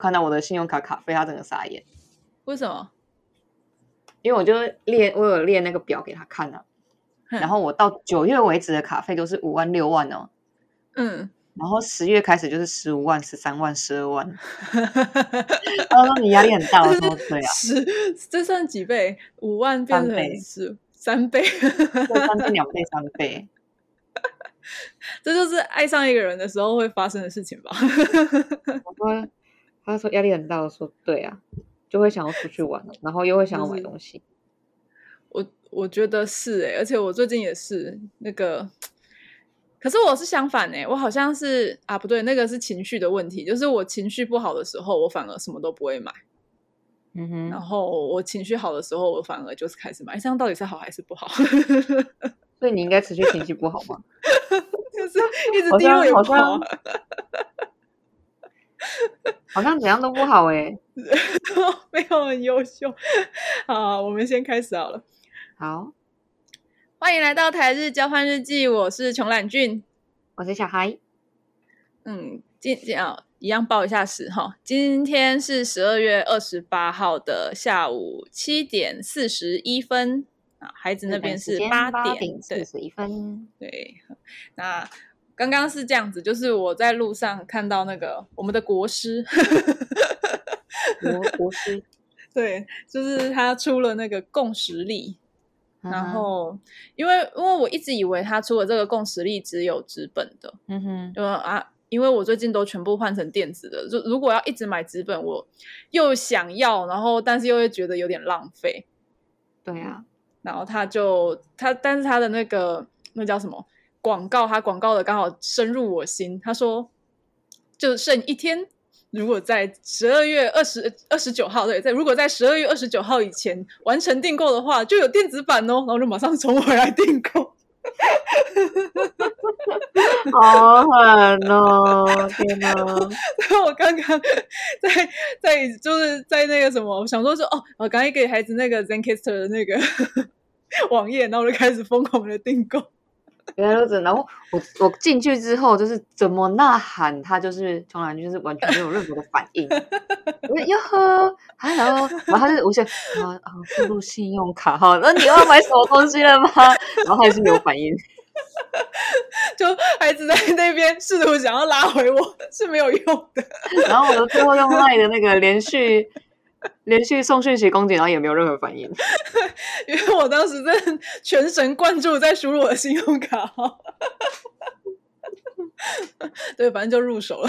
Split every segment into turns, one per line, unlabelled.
看到我的信用卡卡费，他整个傻眼，
为什么？
因为我就列我有列那个表给他看啊，
哼
然后我到九月为止的卡费都是五万六万哦，
嗯，
然后十月开始就是十五万、十三万、十二万，他说你压力很大，我说对啊，
十，这算几倍？五万变
三
成
倍
十 三倍，
这三倍两倍三倍，
这就是爱上一个人的时候会发生的事情吧？
我说他说压力很大，我说对啊，就会想要出去玩了，然后又会想要
就
买
是
东西，
我我觉得是哎、而且我最近也是那个，可是我是相反哎、我好像是啊不对，那个是情绪的问题，就是我情绪不好的时候，我反而什么都不会买，
嗯哼
然，后我情绪好的时候，我反而就是开始买，这样到底是好还是不好？
所以你应该持续情绪不好吗？
就是一直
好
低
像
落也
好
不好啊
像， 好像怎样都不好哎、
没有很优秀。 好，我们先开始好了。
好，
欢迎来到台日交换日记，我是穷懒俊。
我是小孩，
嗯，今今啊，一样报一下时哈。今天是十二月二十八号的下午七点四十一分啊，孩子那边是
八
点，
四
对
十一分。
对。那刚刚是这样子，就是我在路上看到那个我们的国师，
国国师，
对，就是他出了那个共识力， 然
嗯哼，
后因为因为我一直以为他出了这个共识力只有纸本的，
嗯哼，
呃啊，因为我最近都全部换成电子的，就如果要一直买纸本，我又想要，然后但是又会觉得有点浪费。
对 啊，
然后他就他，但是他的那个那叫什么广告，他广告的刚好深入我心。他说，就剩一天，如果在十二月二十二十九号，对，在如果在十二月二十九号以前完成订购的话，就有电子版哦。然后就马上冲回来订购。
好狠哦！天哪，
然 后我刚刚在在就是在那个什么，我想说说哦，我刚刚给孩子那个 Zencaster 的那个 网页，然后我就开始疯狂的订购。
原来如此。然后我我进去之后，就是怎么呐喊，他就是从来就是完全没有任何的反 应。我说哟呵，啊，然后然后他就我想啊啊，输入信用卡哈，那你又要买什么东西了吗？然后他还是没有反应。
就孩子在那边试图想要拉回我是没有用的，
然后我就最后用赖的那个连续连续送讯息攻击，然后也没有任何反应。
因为我当时真的全神贯注在输入我的信用卡号。 对，反正就入手了。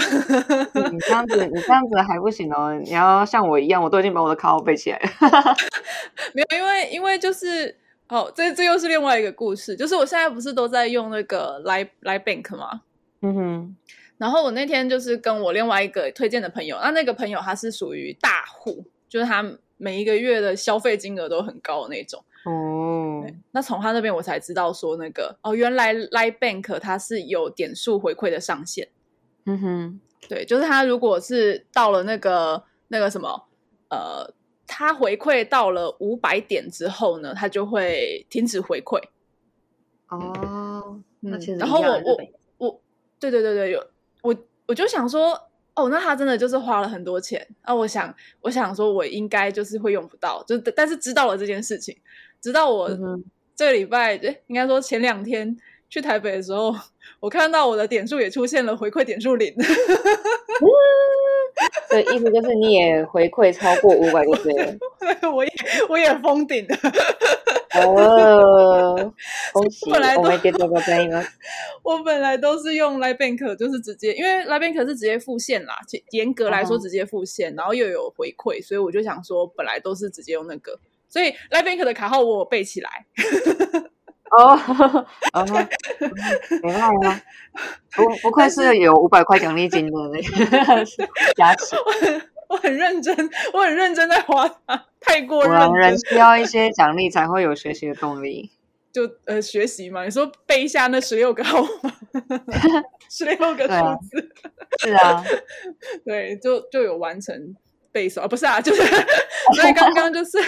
你这样子，你这样子还不行哦，你要像我一样，我都已经把我的卡号背起来了。
没有，因为因为就是哦，这这又是另外一个故事，就是我现在不是都在用那个来来 bank 吗？
嗯哼，
然后我那天就是跟我另外一个推荐的朋友，那那个朋友他是属于大户，就是他每一个月的消费金额都很高的那种。
哦，
那从他那边我才知道说那个哦，原来 Line Bank 它是有点数回馈的上限，
嗯哼，
对，就是他如果是到了那个那个什么呃，他回馈到了五百点之后呢，他就会停止回馈。
哦，那
嗯
其实
然
一
后
样
我
日
我
本
我，对对对对，有我我就想说，哦，那他真的就是花了很多钱啊！我想我想说，我应该就是会用不到，就但是知道了这件事情，直到我
嗯哼
这个礼拜，诶应该说前两天去台北的时候，我看到我的点数也出现了回馈点数零，
所以意思就是你也回馈超过五百就对了。
我也我也封顶了。
哦，恭喜！
本来都
我们点到过这一个，
我本来都是用 Line Bank，就是直接，因为 Line Bank 是直接付现啦，其严格来说
嗯哼
直接付现，然后又有回馈，所以我就想说，本来都是直接用那个，所以 Line Bank 的卡号我有背起来，
哦，哦，没办法，啊不不愧是有五百块奖励金的那 个加持，
我很认真，我很认真在划它，太过
果
认
然人
真，
需要一些奖励才会有学习的动力。
就呃学习嘛，你说背一下那十六个号码，十六个
对啊
数字，
是啊，
对，就就有完成背诵啊，不是啊，就是所以刚刚就是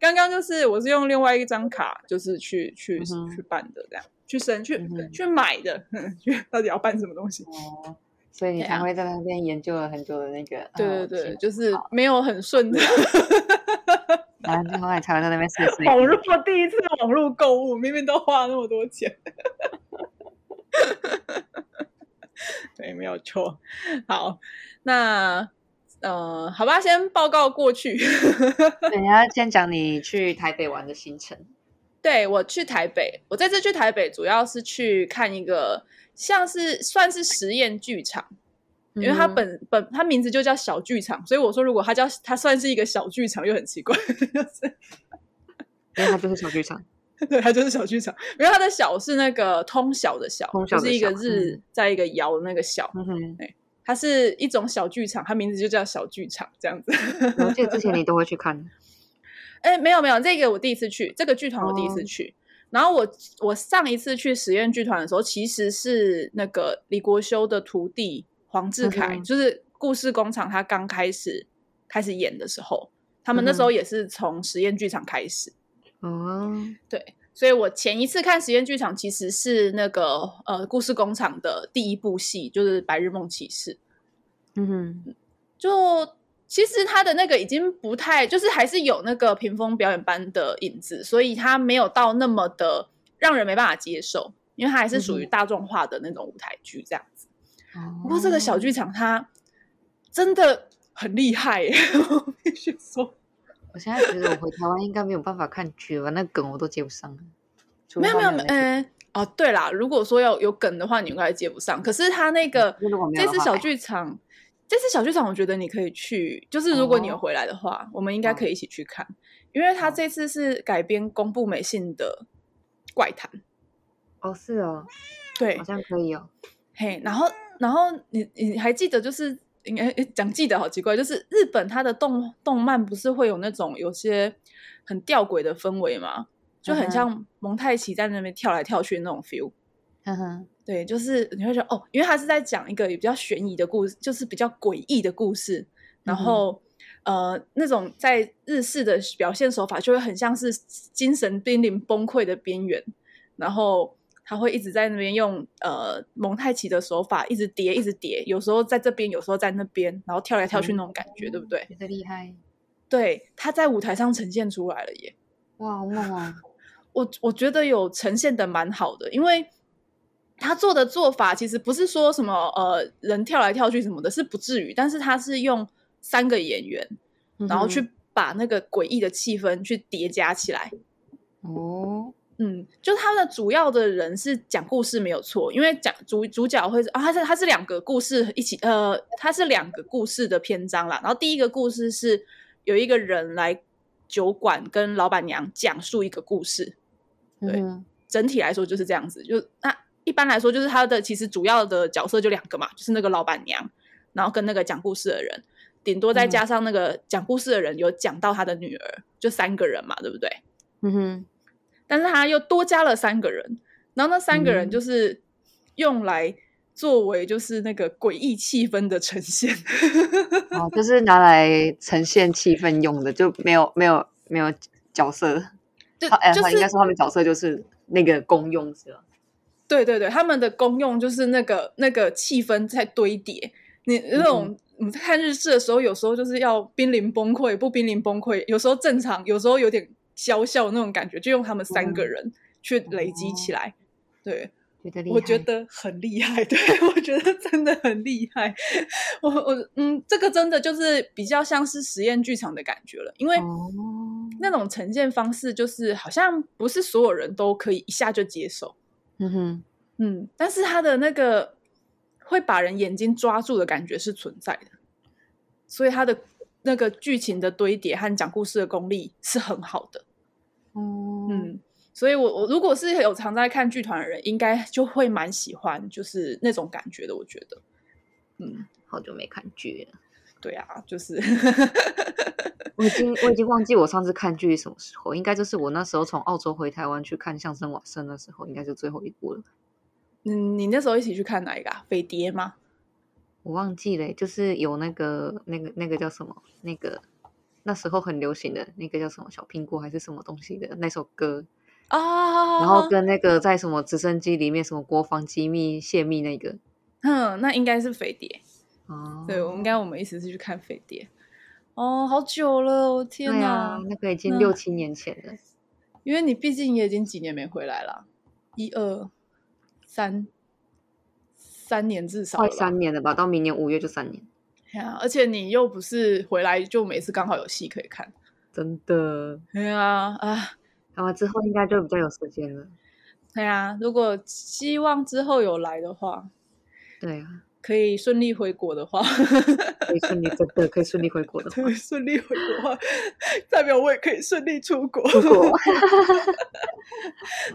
刚刚就是我是用另外一张卡，就是去去、
嗯哼
去办的，这样去申去、
嗯哼
去买的，哼去到底要办什么东西？
哦，所以你
对
才
啊
会在那边研究了很久的那个。
对对
嗯
对，
行
就是没有很顺的。
然后后来才会在那边 试试。
网络第一次网络购物，明明都花了那么多钱。 对，没有错。好，那呃，好吧，先报告过去。
对，你要先讲你去台北玩的行程。
对我去台北，我这次去台北主要是去看一个像是算是实验剧场，因为它
嗯
本本它名字就叫小剧场，所以我说如果它叫它算是一个小剧场又很奇怪，就是
因为它就是小剧场，
对，它就是小剧场，因为它的小是那个通晓的小，
通晓
就是
的
一个
晓
日、在一个摇的那个小，
嗯哼，
它是一种小剧场，它名字就叫小剧场这样子。
我记得之前你都会去 看，
哎，没有没有，这个我第一次去，这个剧团我第一次
哦
去。然后我我上一次去实验剧团的时候，其实是那个李国修的徒弟黄志凯，
嗯哼
就是故事工厂他刚开始开始演的时候，他
嗯
们那时候也是从实验剧场开始。
哦，
对，所以我前一次看实验剧场其实是那个呃故事工厂的第一部戏，就是《白日梦骑士》。
嗯哼，
就其实他的那个已经不太，就是还是有那个屏风表演班的影子，所以他没有到那么的让人没办法接受，因为他还是属于
嗯哼
大众化的那种舞台剧这样子。嗯
不
不过这个小剧场它真的很厉害耶， 我必须说，
我现在觉得我回台湾应该没有办法看剧了，那梗我都接不上了。除
没
非
有没
他那
有，
个
嗯、哦对啦，如果说要有梗的话，你应该接不上。可是他那个
嗯那如果没有的
这次
话
小
还
剧场，这次小剧场，我觉得你可以去，就是如果你有
哦
回来的话，我们应该
好
可以一起去看，因为
好
他这次是改编宫部美信的《怪谈》，
哦是哦，
对
好，像可以哦。
嘿，然后然后你你还记得就是。应该诶讲记得好奇怪，就是日本它的动动漫不是会有那种有些很吊诡的氛围吗？就
嗯
很
哼
像蒙太奇在那边跳来跳去的那种 feel。嗯
哼哼，
对，就是你会觉得哦，因为他是在讲一个比较悬疑的故事，就是比较诡异的故事，然
嗯哼
后、呃，那种在日式的表现手法就会很像是精神濒临崩溃的边缘，然后他会一直在那边用呃蒙太奇的手法一直叠，一直叠，有时候在这边，有时候在那边，然后跳来跳
嗯
去那种感觉，对不对？
觉得厉害，
对，他在舞台上呈现出来了耶。
哇，好猛哦！
我我觉得有呈现的蛮好的，因为他做的做法其实不是说什么呃人跳来跳去什么的，是不至于，但是他是用三个演员，然后
嗯
去把那个诡异的气氛去叠加起来。
嗯哼哦，
嗯，就他的主要的人是讲故事没有错，因为讲主主角会啊，他是他是两个故事一起，呃，他是两个故事的篇章啦。然后第一个故事是有一个人来酒馆跟老板娘讲述一个故事，对
嗯哼
整体来说就是这样子。就那一般来说，就是他的其实主要的角色就两个嘛，就是那个老板娘，然后跟那个讲故事的人，顶多再
嗯
加上那个讲故事的人有讲到他的女儿，就三个人嘛，对不对？
嗯哼，
但是他又多加了三个人，然后那三个人
嗯
就是用来作为就是那个诡异气氛的呈现。
哦，就是拿来呈现气氛用的，就没有没有没有角色。
就
他哎，
就
他应
是
该说他们角色就是那个公用是吧？
对对对，他们的功用就是那个那个气氛在堆叠。你
嗯
那种你在看日式的时候，有时候就是要濒临崩溃，不濒临崩溃，有时候正常，有时候有点消笑那种感觉，就用他们三个
嗯
人去累积起来。对，
觉哦得厉害，
我觉得很厉害， 对我觉得真的很厉害。我我嗯，这个真的就是比较像是实验剧场的感觉了，因为
哦，
那种呈现方式就是好像不是所有人都可以一下就接受。
嗯哼，
嗯，但是他的那个会把人眼睛抓住的感觉是存在的，所以他的那个剧情的堆叠和讲故事的功力是很好的。
哦，
嗯，所以我我如果是有常在看剧团的人，应该就会蛮喜欢就是那种感觉的。我觉得，嗯，
好久没看剧了，
对啊，就是
我已经我已经忘记我上次看剧是什么时候，应该就是我那时候从澳洲回台湾去看相声瓦舍的时候，应该是最后一部了，
嗯，你那时候一起去看哪一个、啊？飞碟吗？
我忘记了，就是有那个那个那个叫什么那个。那时候很流行的那个叫什么小苹果还是什么东西的那首歌，
啊，
哦然后跟那个在什么直升机里面什么国防机密泄密那个，
哼，那应该是飞碟。
哦，
对，我应该我们一起是去看飞碟。哦，好久了，我天
对
哪！
啊，那个已经
那
六七年前了，
因为你毕竟也已经几年没回来了，一二三三年至少
快
了吧
三年了吧？到明年五月就三年，
对啊，而且你又不是回来就每次刚好有戏可以看。
真的。
对啊，啊，
然后之后应该就比较有时间了。
对啊，如果希望之后有来的话，
对啊，
可以顺利回国的话，
可以顺利，真的可以顺利回国的话，
对，顺利回国的话，代表我也可以顺利出国。
出国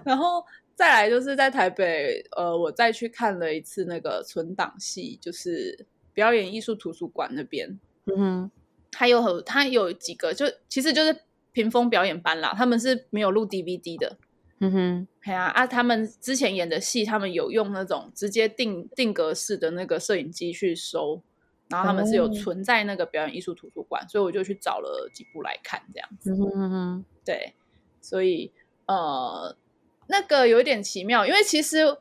然后再来就是在台北，呃，我再去看了一次那个存档戏，就是表演艺术图书馆那边，
嗯哼，
它有很它有几个，就其实就是屏风表演班啦，他们是没有录 DVD 的。
嗯哼，
哎呀啊！他们之前演的戏，他们有用那种直接定定格式的那个摄影机去收，然后他们是有
哦
存在那个表演艺术图书馆，所以我就去找了几部来看，这样子。
嗯哼，嗯哼，
对，所以呃，那个有一点奇妙，因为其实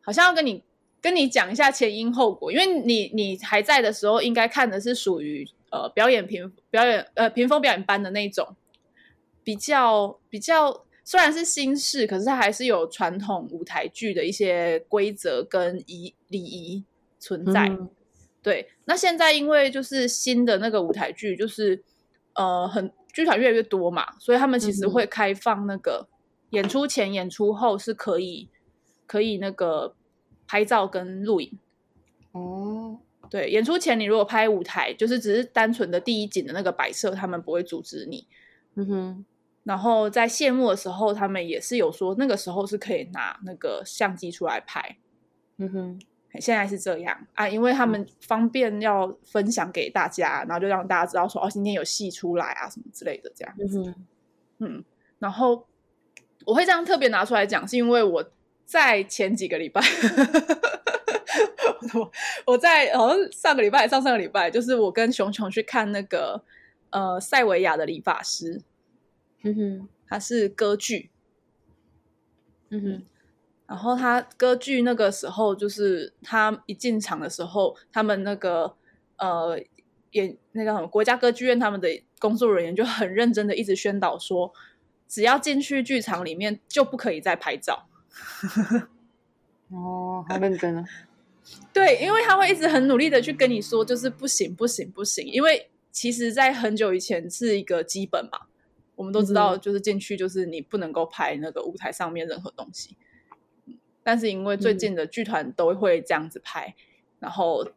好像要跟你跟你讲一下前因后果，因为你你还在的时候，应该看的是属于呃表演屏表演呃屏风表演班的那种，比较比较。虽然是新式，可是它还是有传统舞台剧的一些规则跟仪礼仪存在。
嗯
对，那现在因为就是新的那个舞台剧，就是呃，很剧团越来越多嘛，所以他们其实
嗯哼
会开放那个演出前、演出后是可以可以那个拍照跟录影。
哦，
对，演出前你如果拍舞台，就是只是单纯的第一景的那个摆设，他们不会阻止你。
嗯哼，
然后在谢幕的时候，他们也是有说那个时候是可以拿那个相机出来拍。
嗯哼，
现在是这样啊，因为他
嗯
们方便要分享给大家，然后就让大家知道说哦，今天有戏出来啊什么之类的这样。
嗯哼，
嗯，然后我会这样特别拿出来讲，是因为我在前几个礼拜，我我在好像上个礼拜、上上个礼拜，就是我跟熊熊去看那个呃塞维亚的理发师，
嗯哼，
他是歌剧，
嗯哼，
然后他歌剧那个时候，就是他一进场的时候，他们那个呃演那个什么国家歌剧院他们的工作人员就很认真的一直宣导说，只要进去剧场里面就不可以再拍照。
哦，好认真啊，
对，因为他会一直很努力的去跟你说，就是不行不行不行，因为其实，在很久以前是一个基本嘛，我们都知道，
嗯
就是进去就是你不能够拍那个舞台上面任何东西，但是因为最近的剧团都会这样子拍，然后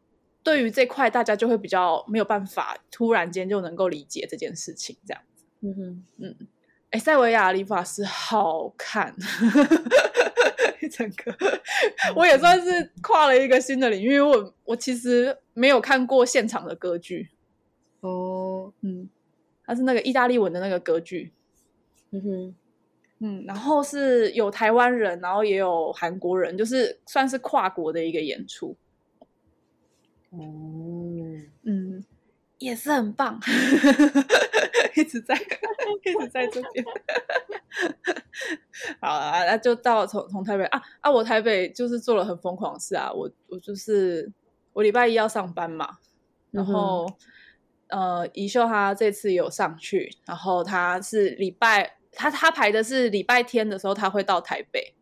对于这块大家就会比较没有办法，突然间就能够理解这件事情，这样。
嗯哼，
哎，塞维亚理发师好看， 一整个我也算是跨了一个新的领域。因为我我其实没有看过现场的歌剧，
哦，
嗯，它是那个意大利文的那个歌剧，
嗯哼，
嗯，然后是有台湾人，然后也有韩国人，就是算是跨国的一个演出，
嗯哦，
嗯，也是很棒， 一直在一直在这边。好啊，那就到从从台北啊啊，我台北就是做了很疯狂的事啊，我我就是我礼拜一要上班嘛，然
嗯哼
后、呃，怡秀她这次有上去，然后她是礼拜她她排的是礼拜天的时候，她会到台北，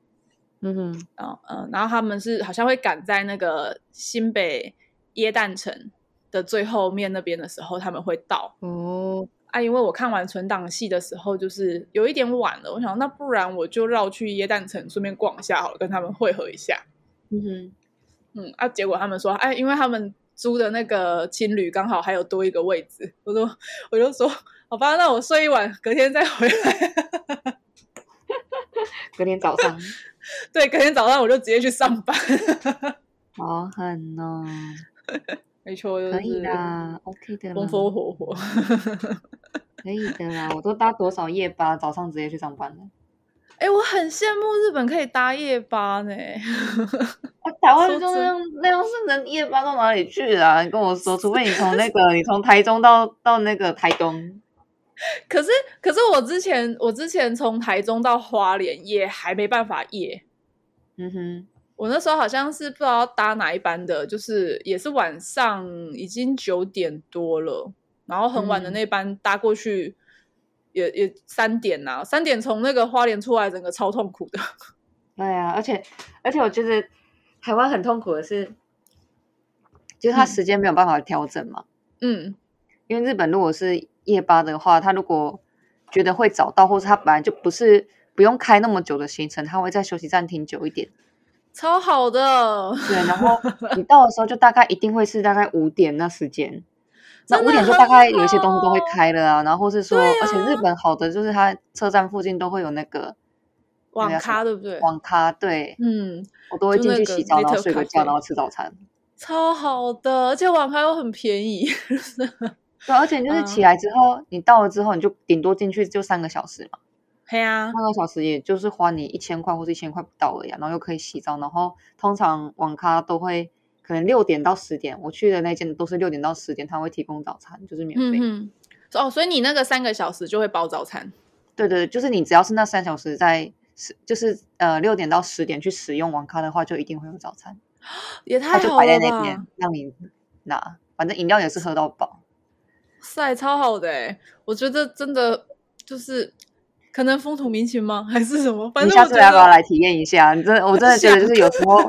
嗯哼，
然后嗯、呃然后他们是好像会赶在那个新北耶诞城的最后面那边的时候，他们会到
哦，
啊。因为我看完存档戏的时候，就是有一点晚了，我想那不然我就绕去耶诞城顺便逛一下好了，跟他们会合一下。
嗯哼，
嗯啊，结果他们说，哎，因为他们租的那个青旅刚好还有多一个位置，我说我就说好吧，那我睡一晚，隔天再回来。
隔天早上，
对，隔天早上我就直接去上班。
好狠哦，
没错，就是
可以啦，OK 的啦，嗯
风风火火。
可以的啦，我都搭多少夜班，早上直接去上班了。
哎、我很羡慕日本可以搭夜巴呢。
啊、台湾
说
就
真
那样那样是能夜班到哪里去啊？你跟我说，除非你从那个你从台中到到那个台东，
可是，可是我之前我之前从台中到花莲也还没办法夜，
嗯哼，
我那时候好像是不知道搭哪一班的，就是也是晚上已经九点多了，然后很晚的那班搭过去也、也三点呐、三点从那个花莲出来，整个超痛苦的。
对啊，而且而且我觉得台湾很痛苦的是，就是它
嗯
时间没有办法调整嘛。
嗯
因为日本如果是夜巴的话，他如果觉得会早到，或是他本来就不是不用开那么久的行程，他会在休息站停久一点。
超好的，
对，然后你到的时候就大概一定会是大概五点那时间。那
真
五
的
点就
很
大概有一些东西都会
好
开了啊，然后或是说，
对啊
而且日本好的就是它车站附近都会有那个
网
那叫什么
咖对啊不对？
网咖，对
嗯，
我都会
就
进
那
去
个
洗澡，然后
little
睡个觉，
cafe
然后吃早 餐。
超好的，而且网咖又很便宜。
对，而且就是
嗯
起来之后，你到了之后，你就顶多进去就三个小时嘛，
嘿啊，
三个小时也就是花你一千块或是一千块不到而已啊、然后又可以洗澡，然后通常网咖都会可能六点到十点，我去的那间都是六点到十点，他会提供早餐，就是免费。
嗯哼，哦，所以你那个三个小时就会包早餐。
对对，对就是你只要是那三小时在使，就是呃六点到十点去使用网咖的话，就一定会有早餐，
也
它
太
就
好
摆
了
在那边
吧！
让你拿，反正饮料也是喝到饱。
晒超好的哎、我觉得真的就是可能风土民情吗？还是什么？反
你
正
下
我觉
次要不要
得
来体验一下？你真的，我真的觉得就是有时候，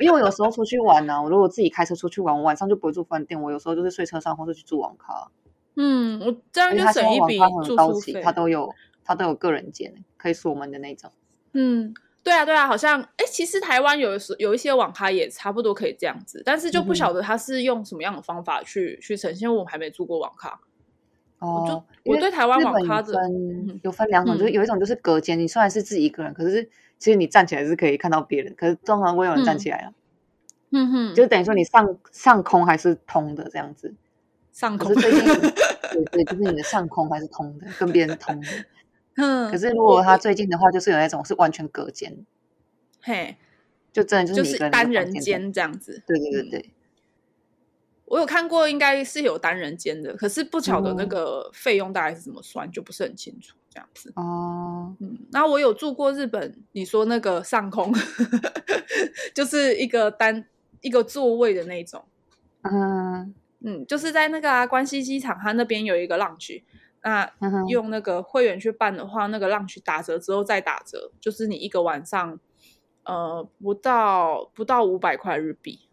因为我有时候出去玩啊呢、我如果自己开车出去玩，我晚上就不会住饭店，我有时候就是睡车上或是去住网咖，
嗯，我这
而且
样就
它现
省
在
一
网
笔
咖很
住
高
宿
级，
费
它。都有它都有个人间，可以锁门的那种。
嗯，对啊，对啊，好像哎、其实台湾有时有一些网咖也差不多可以这样子，但是就不
嗯哼
晓得它是用什么样的方法去去呈现。因为我还没住过网咖，我就
哦，因
我
为
对台湾
日
网
本有
咖的
分
嗯
有分两种，就是
嗯
有一种就是隔间，你虽然是自己一个人，可是其实你站起来是可以看到别人，可是通常不会有人站
嗯
起来啊，
嗯哼，
就是等于说你上上空还是通的这样子。
上
可
嗯空
是。最 近对对，就是你的上空还是通的，跟别人通的。
嗯，
可是如
我
果他
我
最近的话，就是有那种是完全隔间，
嘿，
就真的就
就是
你一
是
个人的
单
房
人
间这样。
间这样子。
对对对
嗯
对，
我有看过，应该是有单人间的，可是不晓得那
嗯
个费用大概是怎么算，就不是很清楚这样子。
哦，
嗯，那我有住过日本，你说那个上空， 就是一个单一个座位的那种，
嗯，
嗯，就是在那个啊关西机场，它那边有一个 lounge，那
嗯哼
用那个会员去办的话，那个 lounge 打折之后再打折，就是你一个晚上，呃，不到不到五百块日币，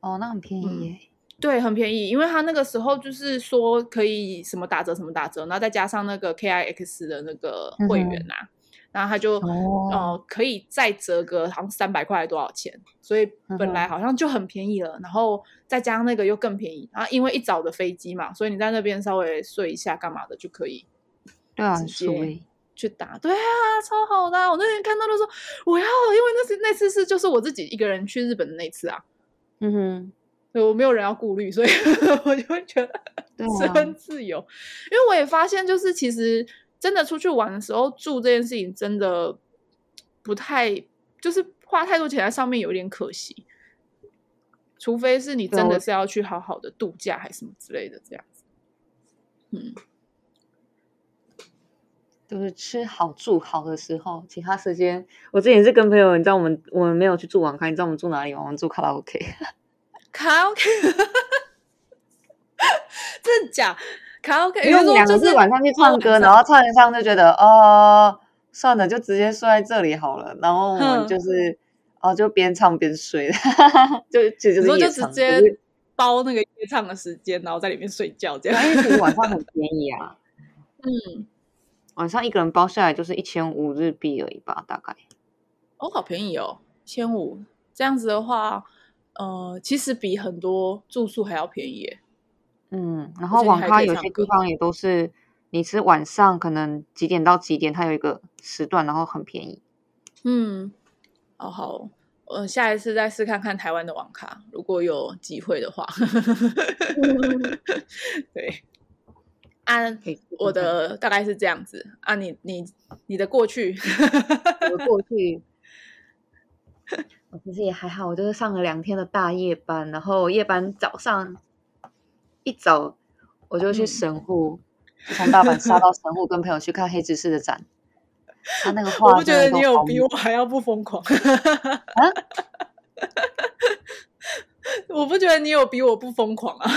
哦，那很便
嗯
宜耶。
对，很便宜，因为他那个时候就是说可以什么打折什么打折，然后再加上那个 KIX 的那个会员啊，然后他就、
哦
呃可以再折个好像三百块多少钱，所以本来好像就很便宜了，然后再加上那个又更便宜，然后因为一早的飞机嘛，所以你在那边稍微睡一下干嘛的就可以
对啊，
直
很舒
接
服。
去打，对啊，超好的啊、我那天看到就说我要，因为那次那次是就是我自己一个人去日本的那次啊，
嗯 哼，
对我没有人要顾虑，所以 我就会觉得
对
十
啊，
分自由。因为我也发现，就是其实真的出去玩的时候，住这件事情真的不太，就是花太多钱在上面有点可惜。除非是你
对
真
我
的是要去好好的度假，还是什么之类的这样子。嗯，
就是吃好住好的时候，其他时间我之前是跟朋友，你知道我们我们没有去住网咖，你知道我们住哪里吗？我们住卡拉 OK。
卡拉 OK，真的假？卡拉 OK，
因为我们两个
就是
晚上去唱歌，然
后
后唱一唱就觉得哦，算了，就直接睡在这里好了。然后我们
哼
就是哦，就边唱边睡， 就其实就是
你说
夜
就
唱
直
可
接
是
包那个夜唱的时间，然后在里面睡觉这
对
样。
啊因为其实晚上很便宜 啊，
嗯，
晚上一个人包下来就是一千五日币而已吧，大概。
哦，好便宜哦，千五。这样子的话，呃，其实比很多住宿还要便宜耶。
嗯，然
而
后
且你
网
还
咖
可以
有
唱
些地
歌
方也都是，你是晚上可能几点到几点，它有一个时段，然后很便宜。
嗯，好好，呃，下一次再试看看台湾的网咖，如果有机会的话。 对，啊，
可以试试
我
看
的大概是这样子啊，你你你的过去，
我过去， 我其实也还好，我就是上了两天的大夜班，然后夜班早上一早我就去
嗯
神户，就从大阪杀到神户，跟朋友去看黑执事的展。他那个话，
我不觉得你有比我还要不疯狂。 啊我不觉得你有比我不疯狂啊！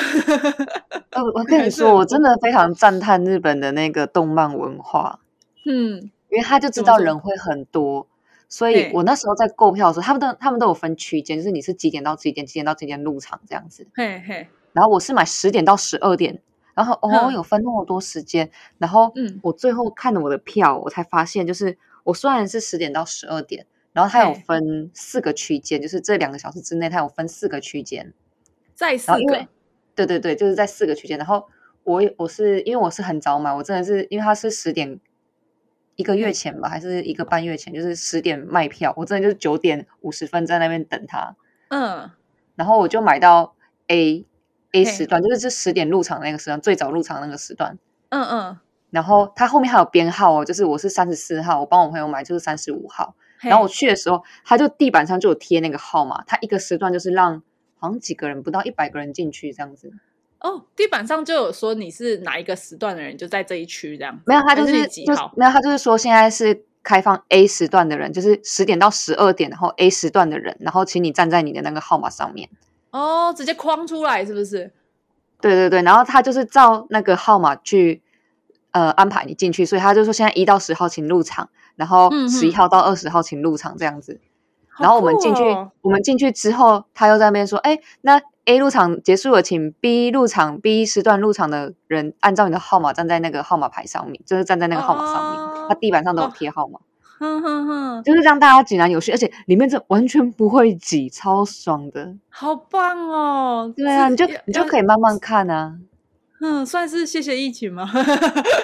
呃，我跟你说，我真的非常赞叹日本的那个动漫文化，
嗯，
因为他就知道人会很多，所以
对
我那时候在购票的时候，他们都他们都有分区间，就是你是几点到几点，几点到几点入场这样子。
嘿嘿，
然后我是买十点到十二点，然后哦
嗯
有分那么多时间，然后
嗯
我最后看了我的票，我才发现就是我虽然是十点到十二点，然后它有
对
分四个区间，就是这两个小时之内它有分四个区间，
再四
然后因
个
为，对对对，就是在四个区间，然后我也我是因为我是很早买，我真的是因为它是十点。一个月
嗯
前吧，还是一个半月前，就是十点卖票，我真的就是九点五十分在那边等他，
嗯，
然后我就买到 A A
嘿
时段，就是这十点入场那个时段，最早入场那个时段。
嗯嗯，
然后它后面还有编号哦，就是我是三十四号，我帮我朋友买就是三十五号。
嘿
然后我去的时候，它就地板上就有贴那个号码，它一个时段就是让好像几个人不到一百个人进去这样子。
哦，地板上就有说你是哪一个时段的人，就在这一区这样。
没有，他
还
就是
你
是
几
就是
号
没有，他就是说现在是开放 A 时段的人，就是十点到十二点，然后 A 时段的人，然后请你站在你的那个号码上面。
哦，直接框出来是不是？
对对对，然后他就是照那个号码去呃安排你进去，所以他就说现在一到十号请入场，然后
嗯
十一
哼
号到二十号请入场这样子。
好
然后我们
酷
进去，
哦
我们进去之后，他又在那边说：“哎，那 A 入场结束了，请 B 入场 B 时段入场的人按照你的号码站在那个号码牌上面，就是站在那个号码上面，他
哦
地板上都有
哦
贴号码，
哼哼哼，
就是让大家井然有序，而且里面这完全不会挤，超爽的。
好棒哦！
对啊，
这
你就
要
你就
要
可以慢慢看啊。
嗯，算是谢谢疫情吗？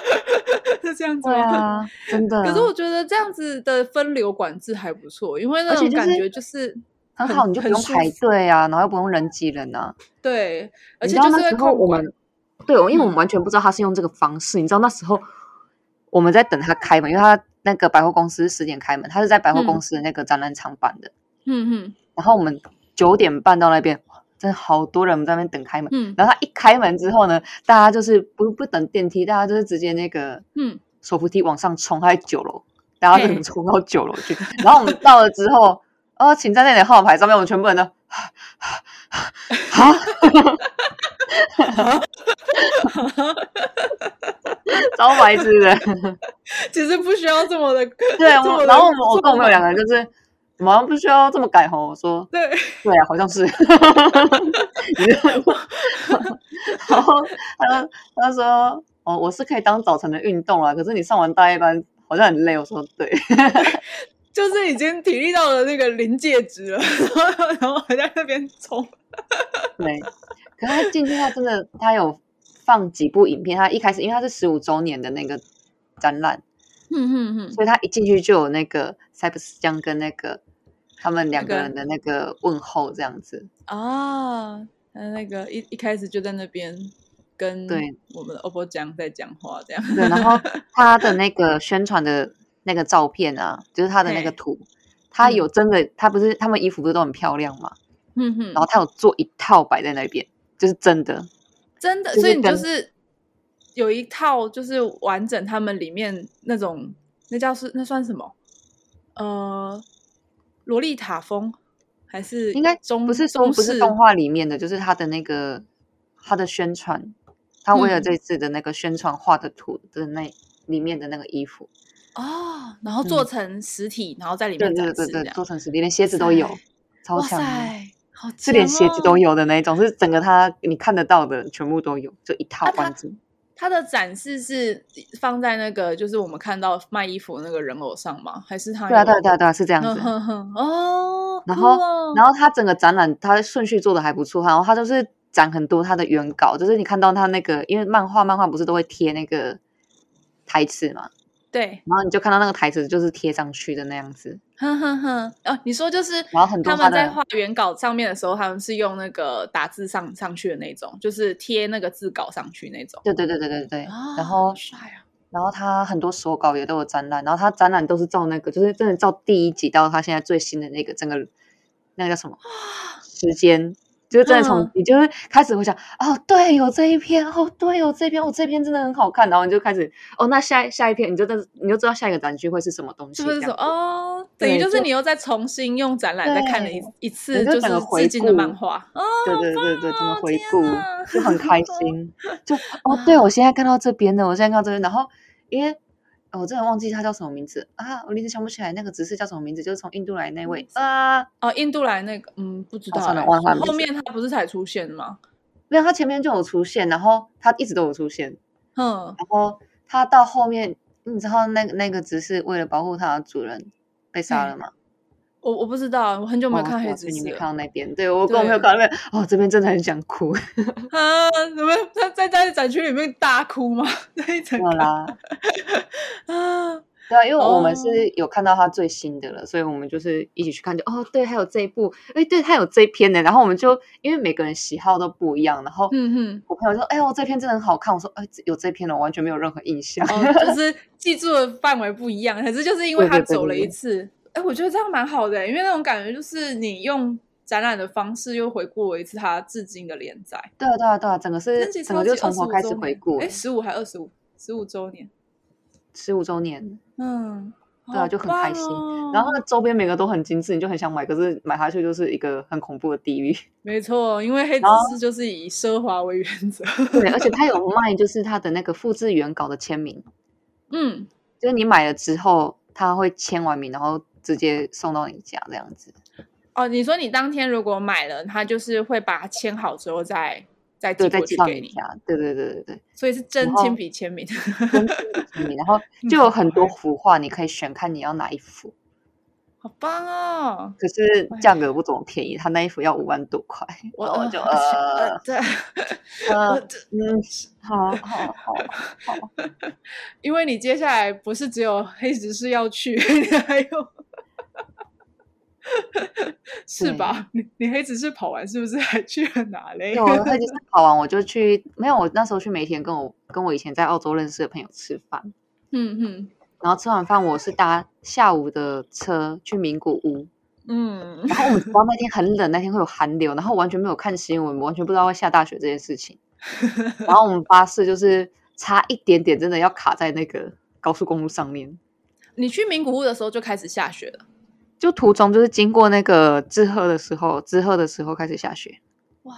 是这样子
对
吗？
啊，真的。
可是我觉得这样子的分流管制还不错，因为那
而且
种
就
感
是
觉就是
很
很
好，你就不
很
用
舒
排
服
队啊，然后又不用人挤人啊。
对，而
你知
且
道
就是
那
会
时候
控
我
管
们，对，我因为我们
嗯
完全不知道他是用这个方式。你知道那时候我们在等他开门，因为他那个百货公司十点开门，他是在百货公
嗯
司的那个展览场办的。
嗯
然后我们九点半到那边，哇真的好多人我们在那边等开门。
嗯嗯
然后他一开门之后呢，大家就是不不等电梯，大家就是直接那个
嗯，
手扶梯往上冲，他在九楼，大家
嘿
就冲到九楼去。然后我们到了之后， 哦，请站在你的号码牌上面，我们全部人都， 啊， 超白痴的。
其实不需要这么的，
对，
这么
我
的
然后我们我
做
跟我朋友
法
两个人就是，我们好像不需要这么改红。我说，
对，
对啊，好像是。 然后他就他就说，哦，我是可以当早晨的运动啊，可是你上完大夜班好像很累。我说对，
就是已经体力到了那个临界值了， 然后然后还在那边冲，
对，可是他进去，他真的他有放几部影片。他一开始因为他是十五周年的那个展览，
嗯嗯嗯，
所以他一进去就有那个塞普斯江跟那个他们两个
那个
人的那个问候这样子。
啊，他那个一一开始就在那边跟
对
我们的 OPPO 讲在讲话，这样，
对， 然后他的那个宣传的那个照片啊，就是他的那个
嘿
图，他
嗯
有真的，他不是他们衣服不是都很漂亮嘛，
嗯哼
然后他有做一套摆在那边，就是真的。
真的，
就是
所以你就
跟
是有一套，就是完整他们里面那种，那叫是那算什么？呃，洛丽塔风还是
应该
中
不是说
中
不是
式
动画里面的，就是他的那个他的宣传，他为了
嗯
这次的那个宣传画的图的那里面的那个衣服，
哦，然后做
嗯
成实体，然后在里
对
面
对
展
对
示这
对，
样。
做成实体，连鞋子都有
哇，
超
哇
强的，
塞，好
是连鞋
强
子都
哦。
有的那一种，是整个他你看得到的全部都有，就一套
啊它
完整。
它的展示是放在那个，就是我们看到卖衣服那个人偶上吗？还是它
对啊，
有
对啊，对啊，对啊，是这样
嗯
子。
哼哼，哦，
然
酷
后
哦，
然后他整个展览，他顺序做的还不错，然后他就是展很多他的原稿，就是你看到他那个，因为漫画漫画不是都会贴那个台词嘛，
对，
然后你就看到那个台词就是贴上去的那样子，
哼哼哼，哦，你说就是
然后很多
他
他
们在
的
画原稿上面的时候，他们是用那个打字上上去的那种，就是贴那个字稿上去那种。
对对对对对对，
啊，
然后
好帅啊！
然后他很多手稿也都有展览，然后他展览都是照那个，就是真的照第一集到他现在最新的那个整个那个叫什么时间，就是真的从
啊嗯
你就是开始会想，哦，对，有这一篇，哦，对，有这一篇，哦，这篇真的很好看，然后你就开始，哦，那下一下一篇，你就真的你就知道下一个展区会是什么东西，
是不是
这
说
样子
哦，等于
对
就是
就
你又再重新用展览再看了一
对
一次，
你就
就是
整个回
致敬的
顾
漫画哦，
对对对对，怎么回
天
顾
哪
就很 开心，就哦，对我现在看到这边的，我现在看到这边，然后因为。哦我真的忘记他叫什么名字啊！我临时想不起来那个执事叫什么名字，就是从印度来那位啊，
哦，印度来那个，嗯，不知
哦
道
算
欸、
了忘了
后
名
面他不是才出现吗？
没有，他前面就有出现，然后他一直都有出现，
嗯，
然后他到后面，你知道那个那个只是为了保护他的主人被杀了吗？
我我不知道，我很久没有
哦
看黑执
你
事
啊没
了
看到那边，对我跟我朋
对
友看到那边，哦，这边真的很想哭，
啊，怎么他在在展区里面大哭吗？ 那一整
没
个
有啦，
啊，
对啊，因为我们
哦
是有看到他最新的了，所以我们就是一起去看就，哦，对，还有这一部，哎，对，他有这一篇呢，然后我们就因为每个人喜好都不一样，然后
嗯哼。
我朋友说，哎呦，这篇真的很好看，我说，哎，有这篇了，我完全没有任何印象，
哦，就是记住的范围不一样，可是就是因为
对
他
对对
走了
对
一
对
次，哎，我觉得这样蛮好的欸，因为那种感觉就是你用展览的方式又回顾了一次他至今的连载，
对啊，对啊，对啊，整个是
真的
整
超
个
级
就
二
从
十
头
五
开始
周
回
年
顾，
哎，十五还二十五，十五周年，
十五周年，
嗯，
对啊
好
就很开心
棒哦
然后那个周边每个都很精致，你就很想买，可是买下去就是一个很恐怖的地狱。
没错，因为黑执
然后
事就是以奢华为原则，
对， 而且它有卖，就是它的那个复制原稿的签名，
嗯，
就是你买了之后，他会签完名，然后直接送到你家这样子。
哦，你说你当天如果买了，他就是会把它签好之后再再寄
对，再
过
寄
去
到
给
你
你，
家。对对对对对，
所以是真
然
亲
后
笔签名，
真的有签名，然后
嗯
就有很多幅画，你可以选看你要哪一幅。
好棒哦！
可是价格不怎么便宜，他那一幅要五万多块，
我
然后我就
呃
呃
对，我
呃
这
嗯，好好好，
因为你接下来不是只有黑执事 要去，你还有是
对
吧？你你黑执事跑完是不是还去了哪嘞
对，？我会就是跑完我就去，没有，我那时候去梅田跟我跟我以前在澳洲认识的朋友吃饭，
嗯嗯
然后吃完饭我是搭下午的车去名古屋，
嗯，
然后我们知道那天很冷，那天会有寒流，然后完全没有看新闻，完全不知道会下大雪这件事情。然后我们巴士就是差一点点，真的要卡在那个高速公路上面。
你去名古屋的时候就开始下雪了，
就途中就是经过那个志贺的时候，志贺的时候开始下雪，
哇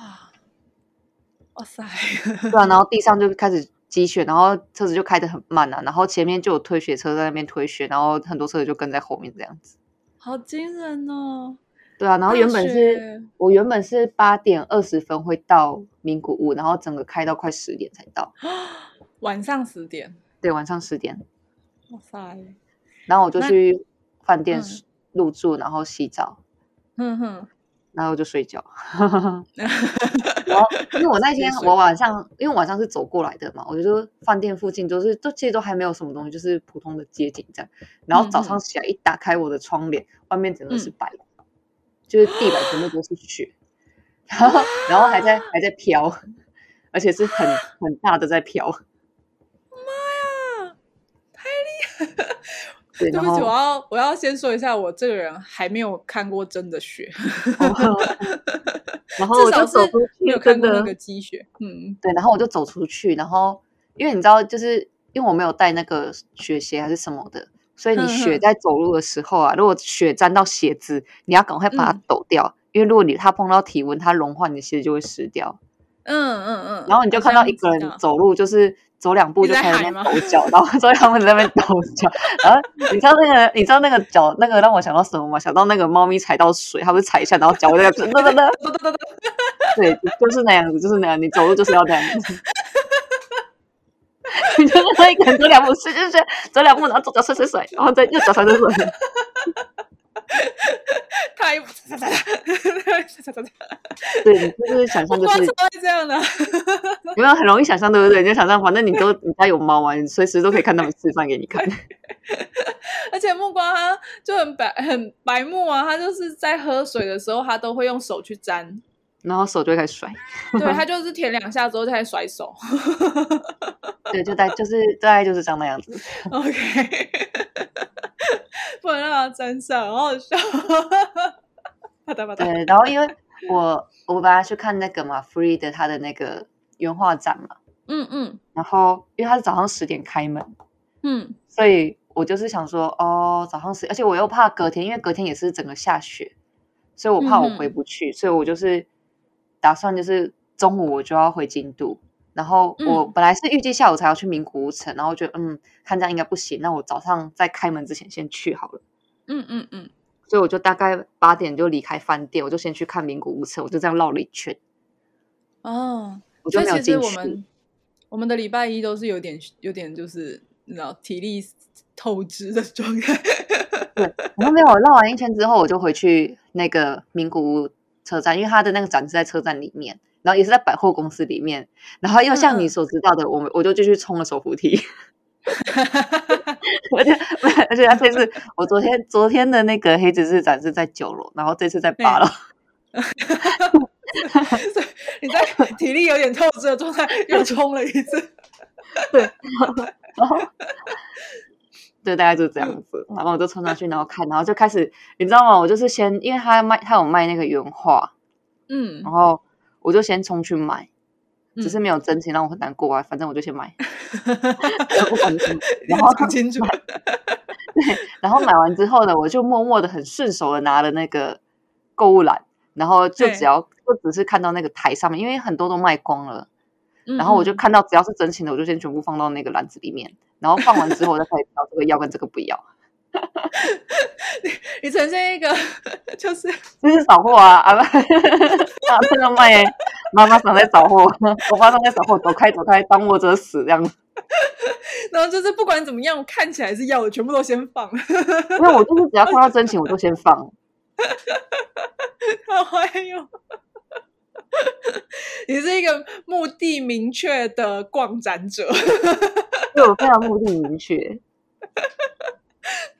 哇塞，
对啊，然后地上就开始积雪，然后车子就开得很慢啊，然后前面就有推雪车在那边推雪，然后很多车子就跟在后面这样子。
好惊人哦！
对啊，然后
大
原本是
雪
我原本是八点二十分会到名古屋，然后整个开到快十点才到，
晚上十点，
对，晚上十点。
哇塞，
然后我就
那
去饭店
嗯
入住，然后洗澡，
哼哼，
然后就睡 觉。 然后因为我那天
直接睡
我晚上，因为晚上是走过来的嘛，我就饭店附近都是都其实都还没有什么东西，就是普通的街景这样。然后早
嗯
上
嗯
起来一打开我的窗帘，外面整个是白的，就是地板全部都是雪， 然后然后还在还在飘，而且是很很大的在飘。对，
对
然
不起，我
后
要我要先说一下，我这个人还没有看过真的雪，
然后我
至少
就是走出去，
没有看
真
过那
的
个积雪。嗯，
对，然后我就走出去，然后因为你知道，就是因为我没有带那个雪鞋还是什么的，所以你
嗯
雪
嗯
在走路的时候啊，如果雪沾到鞋子，你要赶快把它
嗯
抖掉，因为如果你它碰到体温，它融化，你的鞋子就会湿掉。
嗯嗯嗯，
然后你就
好
看到
像
一个
知
人
道，
走路，就是走两步
一直
就
在
开始在
喊
那
吗
边抖脚，然后所以他们在那边抖脚。然后你知道那个，你知道那个脚那个让我想到什么吗？想到那个猫咪踩到水，它不是踩一下，然后脚会在那边哒哒 哒
哒哒哒
对，就是那样子，就是那样，你走路就是要这样子。 你就可以可能走两步，是是是，走两步，然后左脚甩甩甩，然后再右脚甩甩甩。
他一哒哒哒哒哒哒，
对，你就是想
我
象，就
光
是
超爱这样的，
有没有很容易想象，对不对？你就想象，反正你都你家有猫啊，你随时都可以看它们示范给你看。
而且木瓜他就很白很白目啊，他就是在喝水的时候，他都会用手去沾，
然后手就会开始甩，
对他就是舔两下之后再甩手。
对，就大就是大概就是长那样子。
OK，不能让它沾上，好好笑。啪嗒啪嗒，
对，然后因为我我本来去看那个嘛，Free 的他的那个原画展嘛，
嗯嗯
然后因为他是早上十点开门，
嗯，
所以我就是想说，哦，早上十，而且我又怕隔天，因为隔天也是整个下雪，所以我怕我回
嗯哼
不去，所以我就是打算就是中午我就要回京都，然后我
嗯
本来是预计下午才要去名古屋城，然后我觉得嗯，看这样应该不行，那我早上在开门之前先去好了，
嗯嗯嗯，
所以我就大概八点就离开饭店，我就先去看名古屋城，我就这样绕了一圈，
哦，
我就
所以
没有
其实
进
我
去。
们我们的礼拜一都是有点有点就是你知道体力透支的状态。
然后没有绕完一圈之后，我就回去那个名古屋车站，因为它的那个展是在车站里面，然后也是在百货公司里面，然后又
嗯
像你
嗯
所知道的，我们我就继续冲了手扶 梯，而且而且它这次我昨天昨天的那个黑执事展是在九楼，然后这次在八楼，
所以你在 体力有点透支的状态又冲了一次。
然后。对，大概就这样 子。然后我就冲上去，然后看，然后就开始，你知道吗？我就是先，因为他卖，他有卖那个原画，
嗯
然后我就先冲去买，只是
嗯
没有真情让我很难过啊。反正我就先买， 我管什么然后
讲清楚。
然后买完之后呢，我就默默的很顺手的拿了那个购物篮，然后就
对
只要就只是看到那个台上面，因为很多都卖光了，
嗯
然后我就
嗯
看到只要是真情的，我就先全部放到那个篮子里面，然后放完之后我再开始挑这个要跟这个不要，
你呈现一个就是
这是扫货啊啊！ 啊，这个卖耶，妈妈常在扫货， 我妈常在扫货，走开走开，当我者死这样子。
然后就是不管怎么样，我看起来是要的，全部都先放，
因为我就是只要看到真情，我就先放。
好还有，你是一个目的明确的逛展者。
对我非常目的明 确。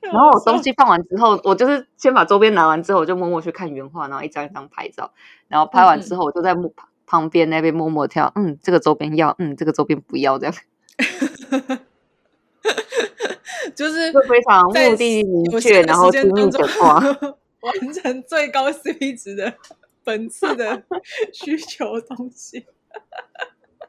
然后我东西放完之后，我就是先把周边拿完之后，我就默默去看原画，然后一张一张拍照，然后拍完之后，我就在默旁边那边默默挑，嗯，这个周边要，嗯，这个周边不要，这样
就是
就非常
在
目的明
有
确，
限的
然
时
后精
间
密
当中
的画。
完成最高 CP 值的 本次的需求东西。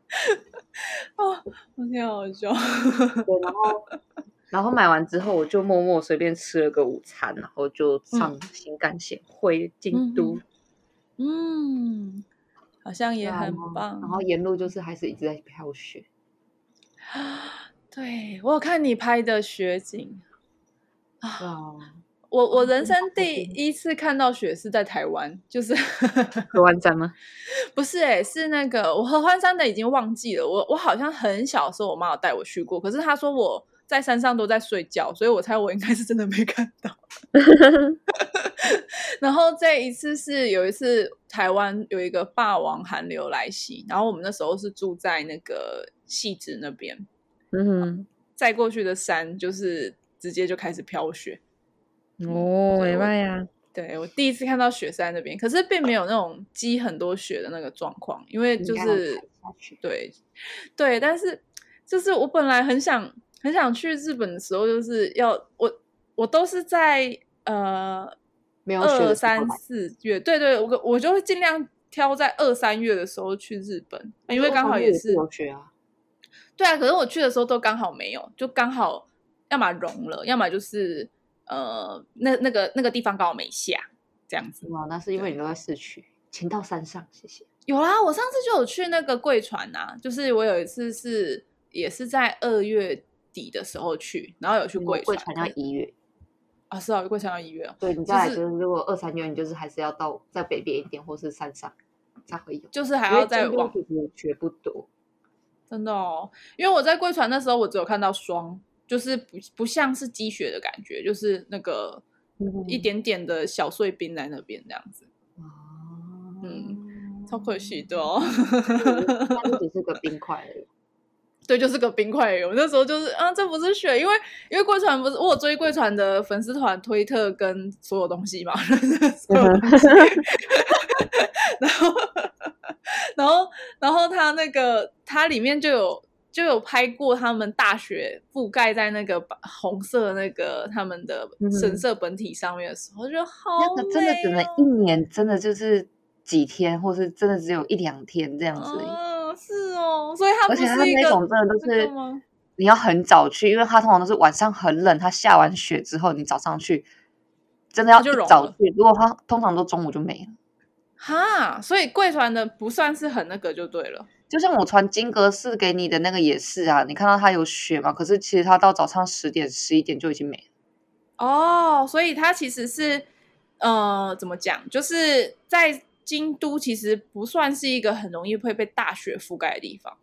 哦，我天，好笑！
对，然后 然后买完之后，我就默默随便吃了个午餐，然后就上新干线回京都，
嗯嗯，好像也
对啊
很
然后
棒。
然后沿路就是还是一直在飘雪。
对我有看你拍的雪景，
对啊，
哦我我人
真的
生
好
第
棒
一次看到雪是在台湾，就是
河湾站吗？
不是哎、是那个我合欢山的已经忘记了。我我好像很小的时候，我妈有带我去过，可是她说我在山上都在睡觉，所以我猜我应该是真的没看到。然后这一次是有一次台湾有一个霸王寒流来袭，然后我们那时候是住在那个汐止那边，
嗯
再过去的山就是直接就开始飘雪。
哼，哦，
嗯对
没
我
办呀。
对我第一次看到雪是在那边，可是并没有那种积很多雪的那个状况，因为
应
就
该要
是
踩下去。
对，对，但是就是我本来很想很想去日本的时候，就是要我我都是在呃
没有雪
二
的时候
三
来
四月，对对，我我就会尽量挑在二三月的时候去日本，因为
二
刚
三
好
哦月
也
是
是
有雪啊。
对啊，可是我去的时候都刚好没有，就刚好要么融了，要么就是呃那那个那个地方刚好没下这样子。
哦，那是因为
对
你都在市区，请到山上，谢谢。
有啦，我上次就有去那个贵船呐、就是我有一次是也是在二月底的时候去，然后有去
嗯
贵
贵
船
船要一月，
啊、是啊，贵船要一月哦，
对你
就
再来
是
就是，如果二三月，你就是还是要到再北边一点，或是山上才会有。
就是还
因为
要再
京都
往
其实雪不多，
真的哦，因为我在贵船那时候我只有看到霜，就是不不像是积雪的感觉，就是那个一
嗯
点点的小碎冰在那边这样子，
嗯
超可惜的哦。
那就只是个冰块而已。
对，就是个冰块而已。我那时候就是啊，这不是雪，因为因为贵船不是我有追贵船的粉丝团、推特跟所有东西嘛， 所有
嗯
东西。然后，然后，然后他那个他里面就有就有拍过他们大雪覆盖在那个白红色那个他们的
嗯
神社本体上面的时候，我觉得好
那个真的只
美
能
哦
一年，真的就是几天，或是真的只有一两天这样子而已。
哦，是哦，所以它
而
不
且它
是一
那
个
种真的都
这个
是
吗
你要很早去，因为它通常都是晚上很冷，它下完雪之后你早上去，真的要
它就
一
融
早
了
去。如果它通常都中午就没了。
哈，所以贵船的不算是很那个就对了。
就像我传金格式给你的那个也是啊，你看到它有雪嘛，可是其实它到早上十点、十一点就已经没了。
哦，所以它其实是呃，怎么讲，就是在京都其实不算是一个很容易会被大雪覆盖的地方。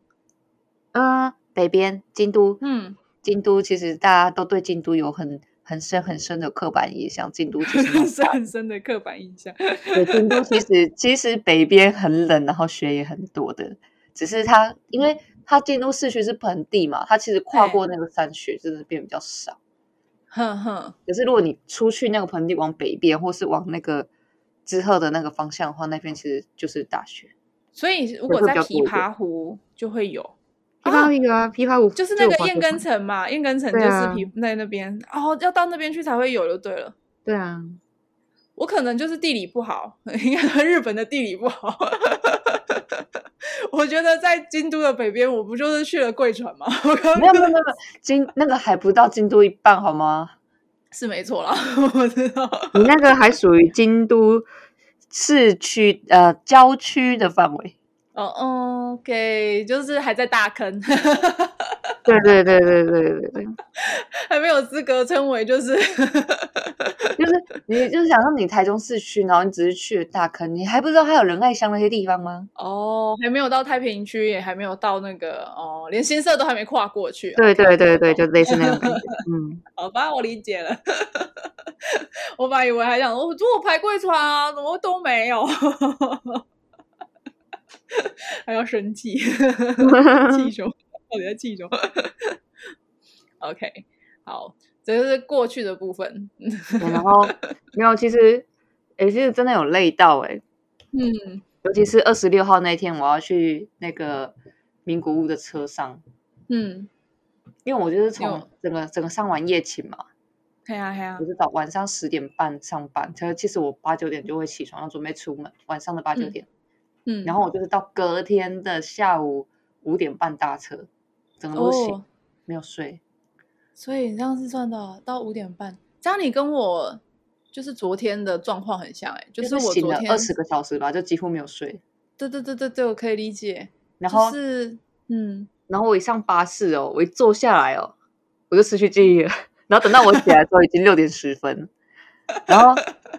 嗯，北边京都，
嗯，
京都其实大家都对京都有很很深很深的刻板印象，京都其实蛮
是很深的刻板印象。
对，京都其实其实北边很冷，然后雪也很多的，只是它因为它京都市区是盆地嘛，它其实跨
对
过那个山雪真的变比较少。
哼哼，
可是如果你出去那个盆地往北边，或是往那个之后的那个方向的话，那边其实就是大雪。
所以如
对
果
会
在
比较多一
琵
点
琶湖就会有。
琵琶
啊
湖有啊，琵琶湖
就是那
有
个
滑
燕
雪
根
场
城嘛，燕根城就
对
是
啊
皮在那边，然后、要到那边去才会有就对了。
对啊，
我可能就是地理不好， 应该说日本的地理不好。 我觉得在京都的北边，我不就是去了贵船吗？ 我刚
没有没有没有，京那个还不到京都一半好吗？
是没错啦， 我知道。
你那个还属于京都市区呃郊区的范 围。
哦、o k 就是还在大坑，
对对对对对对对，
还没有资格称为就是
就是你就是想说你台中市区，然后你只是去了大坑，你还不知道还有仁爱乡那些地方吗？
哦，还没有到太平区，也还没有到那个哦，连新社都还没跨过去、啊。
对对对对，就类似那种感觉。 嗯，
好吧，我理解了。 我本来以为还想，我如果排贵船啊，怎么都没有， 还要生气， 气什么？到底在气什么？OK，好，这就是过去的部分。嗯
对然后没有，其实诶、其实真的有累到诶、
嗯，
尤其是二十六号那天，我要去那个名古屋的车上，
嗯，
因为我就是
因为
从整个整个上完夜勤嘛，
嘿呀嘿呀
我，是早晚上十点半上班，其实其实我八九点就会起床，要准备出门，晚上的八九
嗯
点，
嗯，
然后我就是到隔天的下午五点半搭车，整个都醒、
哦，
没有睡。
所以你这样是算的到五点半，这样你跟我就是昨天的状况很像、欸，哎，就
就是
我
醒
昨
了
天
二十个小时吧，就几乎没有睡。
对对对对对，我可以理解。
然后，
就是嗯，
然后我一上巴士哦，我一坐下来哦，我就失去记忆了。然后等到我起来的时候，已经六点十分。然后，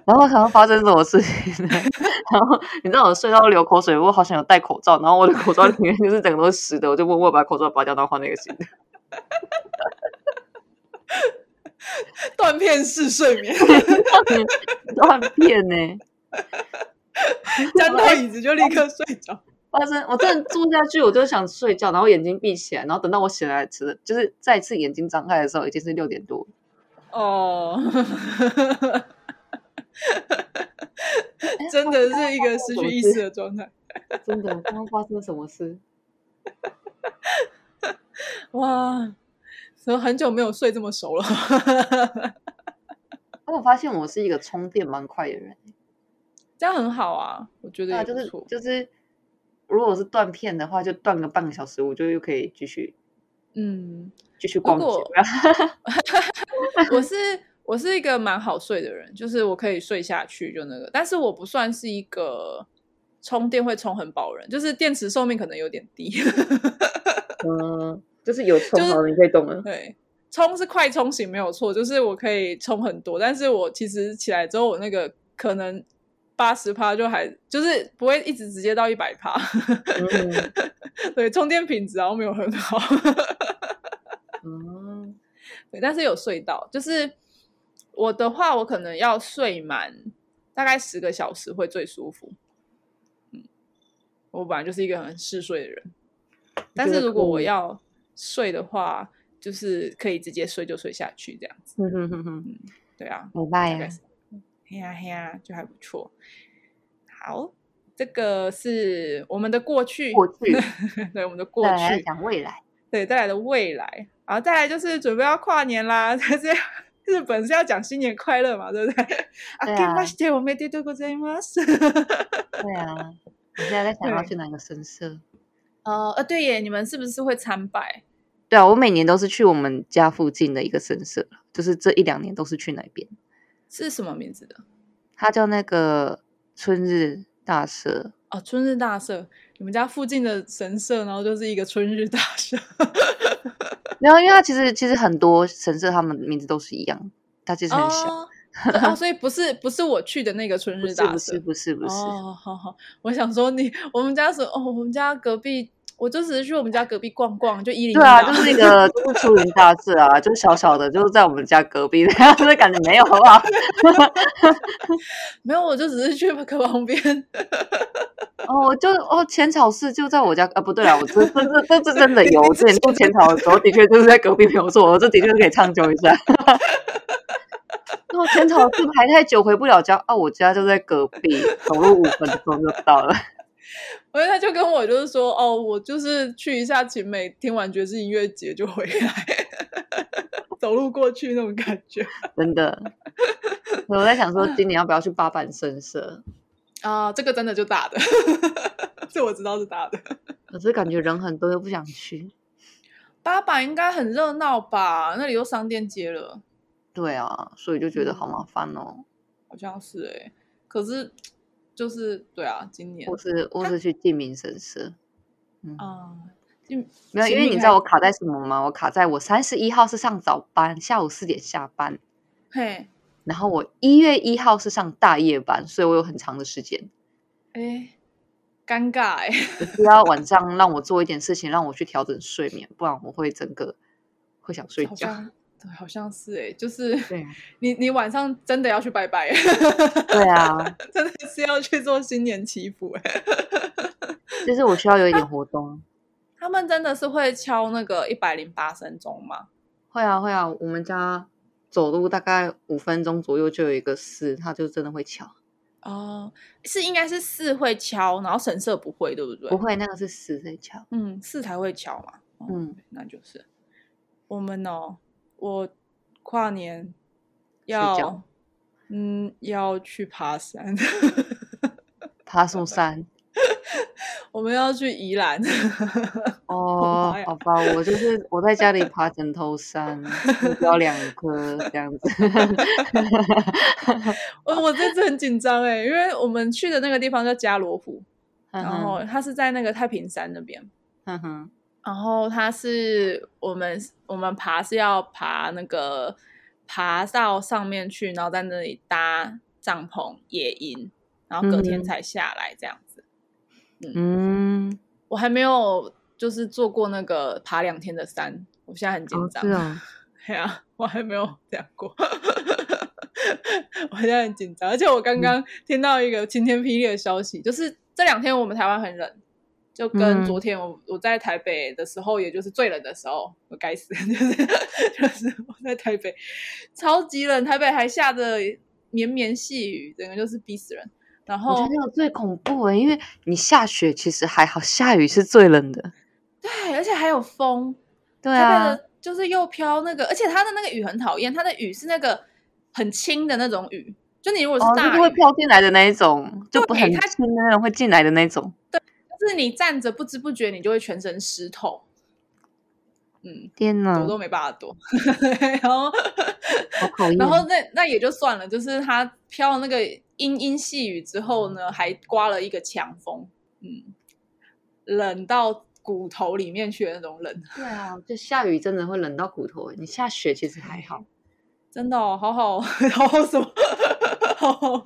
然后我想要发生什么事情呢？ 然后你知道我睡到流口水，我好想有戴口罩，然后我的口罩里面就是整个都是湿的，我就默默把口罩拔掉，然后换那个新的。
断片式 睡眠，
断片呢、
沾到椅子就立刻睡着。
发生，我真的坐下去，我就想睡觉，然后眼睛闭起来，然后等到我醒来，其实就是再一次眼睛张开的时候，已经是六点多了。
哦， 真的是一个失去意识的状 态。
真的，刚哎刚发生什么事？
哇，怎么很久没有睡这么熟了？
但我发现我是一个充电蛮快的人，
这样很好啊，我觉得
对啊，
也
就
不
是
错。
就是，如果是断片的话，就断个半个小时，我就又可以继续
嗯，
继续逛街。
果 我是我是一个蛮好睡的人，就是我可以睡下去就那个，但是我不算是一个充电会充很饱的人，就是电池寿命可能有点低。
嗯，就是有充
就是
好了，你可以动了。
对，充是快充型没有错，就是我可以充很多，但是我其实起来之后，我那个可能八十趴就还就是不会一直直接到一百趴，
嗯
对，充电品质好像没有很好，
嗯，
对，但是有睡到，就是我的话，我可能要睡满大概十个小时会最舒服，嗯，我本来就是一个很嗜睡的人，但是如果我
可以
要睡的话，就是可以直接睡就睡下去这样子，
哼哼哼哼，
对啊，
明白
大概
哎呀。
是嘿呀嘿呀，就还不错。好，这个是我们的过去，
过去
对我们的过
再来
去，
讲未来，
对带来的未来，然后再来就是准备要跨年啦，但是 日本是要讲新年快乐嘛，对不对？
对
あ
啊
けましておめでとうございます。
对啊，我现在在想要
对
去哪个神社？
呃呃，对耶，你们是不是会参拜？
对啊，我每年都是去我们家附近的一个神社，就是这一两年都是去那边。
是什么名字的？
它叫那个春日大社，
哦，春日大社，你们家附近的神社，然后就是一个春日大 社。
没有，因为它其实其实很多神社，他们名字都是一样，它其实很小。
哦哦，所以不是不是我去的那个春
不
日
是
大社，
不是不是不是，
哦，好好，我想说你，我们家是哦，我们家隔壁，我就只是去我们家隔壁逛逛，就一零
对啊，就是那个就是出云大社啊，就是小小的，就是在我们家隔壁，然 后就感觉没有啊好不好？
没有，我就只是去可旁边，
哦，就哦浅草寺就在我家，呃不对啊，我这这这这这真的有，我之前住浅草的时候的确就是在隔壁，没有错，我这的确是可以唱究一下。那我浅草寺排太久回不了家啊，我家就在隔壁，走路五分钟就到了。
我他就跟我就是说，哦，我就是去一下秦美，听完爵士音乐节就回来， 走路过去那种感觉
真的。我在想说，今年要不要去八坂神社？
啊，这个真的就打的， 这我知道是打的。
可是感觉人很多，又不想去。
八坂应该很热闹吧？那里有商店街了。
对啊，所以就觉得好麻烦哦。
好像是哎、可是就是对啊，今年
或是或是去静明神社。嗯，
啊，就
没有，因为你知道我卡在什么吗？我卡在我三十一号是上早班，下午四点下班，
嘿，
然后我一月一号是上大夜班，所以我有很长的时间。
哎、尴尬哎、
需要晚上让我做一点事情，让我去调整睡眠，不然我会整个会想睡
好
觉。
像对，好像是哎、就是
对啊
你你晚上真的要去拜拜、
对啊，
真的是要去做新年祈福哎、
就是我需要有一点活动。
他们真的是会敲那个一百零八声钟吗？
会啊会啊，我们家走路大概五分钟左右就有一个寺，它就真的会敲。
哦、是应该是四会敲，然后神社不会，对不对？
不会，那个是寺在敲。
嗯，四才会敲嘛。哦
嗯，
那就是我们哦，我跨年要
觉
嗯要去爬山，
爬树山
我们要去宜兰。
哦
妈呀，
好吧，我就是我在家里爬枕头山，目标两颗这样子。
我我这次很紧张哎，因为我们去的那个地方叫加罗湖，
嗯
然后
哼，
它是在那个太平山那边。
嗯哼，
然后它是我们我们爬是要爬那个爬到上面去，然后在那里搭帐篷野营，然后隔天
嗯
才下来这样子。
嗯，
我还没有就是做过那个爬两天的山，我现在很紧
哦
张。
是哦，
对啊，我还没有这样过。 我现在很紧张，而且我
嗯
刚刚听到一个晴天霹雳的消息，就是这两天我们台湾很冷，就跟
嗯
昨天我、我在台北的时候，也就是最冷的时候，我该死， 就是就是我在台北超级冷，台北还下着绵绵细雨，整个就是逼死人。然
我觉
后
得那个最恐怖诶，因为你下雪其实还好，下雨是最冷的。
对，而且还有风，
对
台北
啊，
的就是又飘那个，而且它的那个雨很讨厌，它的雨是那个很轻的那种雨，就你如果
哦
是，大
就是
雨，嗯
会飘进来的那一种，就不
对
很
它
轻的那种，会进来的那种。
就是你站着不知不觉你就会全身湿透，嗯，
天哪，
躲都没办法躲， 然后
好哦讨厌。
然后那那也就算了，就是它飘那个阴阴细雨之后呢，还刮了一个强风，嗯，冷到骨头里面去的那种冷。
对啊，就下雨真的会冷到骨头欸。你下雪其实还好，
真的、哦，好好， 好好什么？好好。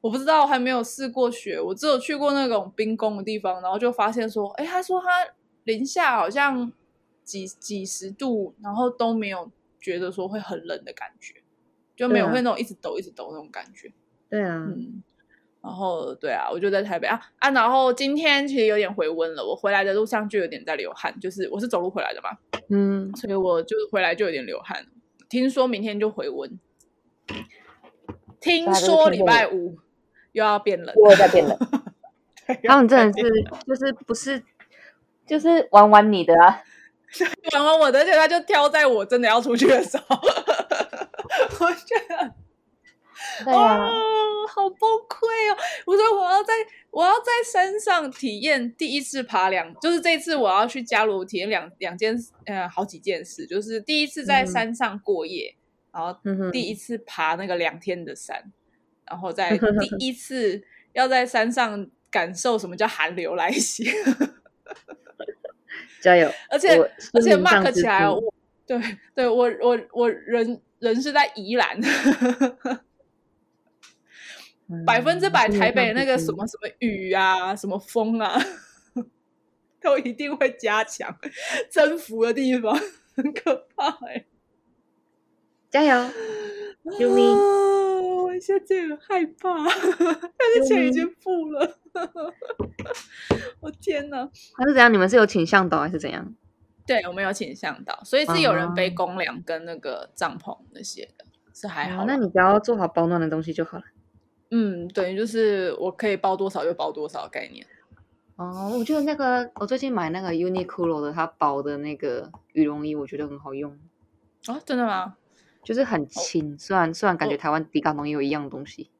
我不知道，我还没有试过雪，我只有去过那种冰宫的地方，然后就发现说，哎，他说他零下好像几几十度，然后都没有觉得说会很冷的感觉，就没有
对啊
会那种一直抖一直抖那种感觉。
对啊
嗯，然后对啊，我就在台北啊啊，然后今天其实有点回温了，我回来的路上就有点在流汗，就是我是走路回来的嘛，
嗯，
所以我就回来就有点流汗。听说明天就回温，听说礼拜五又要变冷，
又在变冷。他们真的是就是不是就是玩玩你的啊，
玩完我的，而且他就挑在我真的要出去的时候，我觉得
对啊，
哦，好崩溃哦！我说我要在我要在山上体验第一次爬两，就是这次我要去加罗体验两两件，呃，好几件事，就是第一次在
嗯
山上过夜，然后
嗯哼
第一次爬那个两天的山，然后 在第一次要在山上感受什么叫寒流来袭，
加油！
而且
我
而且
心灵上
mark
支
起来哦，
持
我对对我我我人人是在宜兰，
嗯
百分之百
心灵
台
上
北那
支
个
持
什么什么雨啊，什么风啊， 都一定会加强征服的地方，很可怕哎、欸。
加 油，救命
啊我现在有点害怕，但是钱已经付了。我天哪！
他是怎样？你们是有请向哦导还是怎样？
对，我们有请向导，所以是有人背
哦
公粮跟那个帐篷那些的，是还好
哦
啦。
那你只要做好保暖的东西就好了。
嗯，等于就是我可以包多少就包多少的概念。
哦，我觉得那个我最近买那个 Uniqlo 的，它薄的那个羽绒衣，我觉得很好用，哦
哦，真的吗？
就是很轻。虽然虽然感觉
哦
台湾迪卡侬也有一样东西，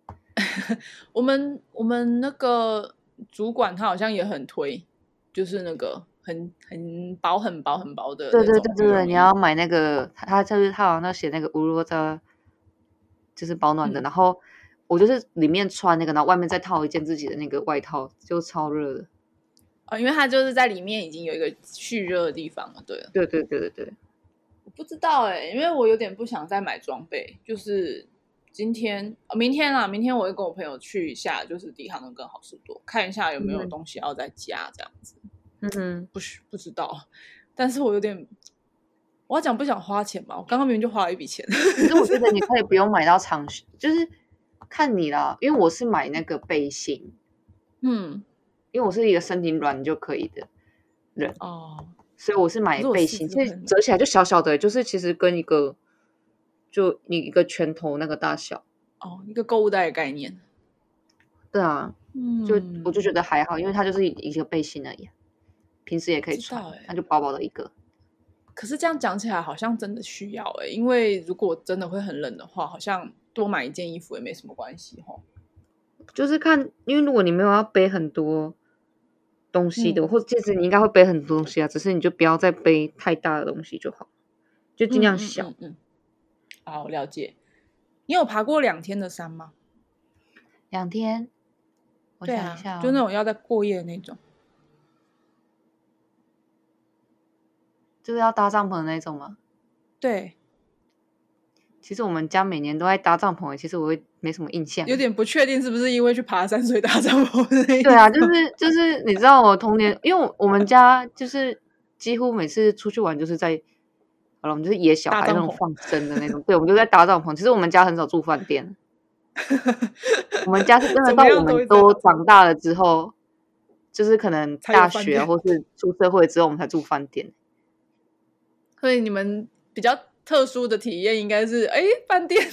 我们我们那个主管他好像也很推，就是那个很很薄很薄很薄的那
对
种
对对对
羽绒
对，
衣
你要买那个，他他就是他好像要写那个乌罗的，就是保暖的。
嗯
然后我就是里面穿那个，然后外面再套一件自己的那个外套，就超热的。
哦，因为它就是在里面已经有一个蓄热的地方了。对了，
对对对对对，
我不知道哎、因为我有点不想再买装备，就是今天、哦、明天啦，明天我会跟我朋友去一下，就是迪卡侬跟好事多看一下有没有
嗯
东西要再加这样子。
嗯哼，
不是不知道， 但是我有点，我要讲不想花钱嘛，我刚刚明明就花了一笔钱，
可是我觉得你可以不用买到长袖，就是看你啦，因为我是买那个背心，
嗯，
因为我是一个身体软就可以的，
哦，
所以我是买
可是我
背
四
心，
肢
所以
很软
折起来就小小的，就是其实跟一个就你一个拳头那个大小。
哦，一个购物袋的概念，
对啊，
嗯
就、我就觉得还好，因为它就是一个背心而已，啊平时也可以
知
穿
道欸，
它就薄薄的一个。
可是这样讲起来好像真的需要哎、因为如果真的会很冷的话，好像多买一件衣服也没什么关系吼。
就是看，因为如果你没有要背很多东西的，
嗯
或者其实你应该会背很多东西啊，只是你就不要再背太大的东西就好，就尽量小。
嗯嗯嗯嗯好，了解。你有爬过两天的山吗？
两天，我
对
想
啊
一下、，哦
就那种要在过夜的那种。
就是要搭帐篷的那种吗？
对，
其实我们家每年都在搭帐篷欸，其实我会没什么印象。
有点不确定是不是因为去爬山所以搭帐篷的那一
对啊，
种
就是就是，你知道我童年，因为我我们家就是几乎每次出去玩就是在，好了，我们就是野小
搭
孩那
帐
种
篷
放生的那种，对，我们就在搭帐篷。其实我们家很少住饭店，我们家是真的
怎
到
么
我
样都
们
会在搭
都
帐
长大了之后，就是可能
才有
大
饭
学
店哦
或是出社会之后，我们才住饭店。
所以你们比较特殊的体验应该是，哎，饭店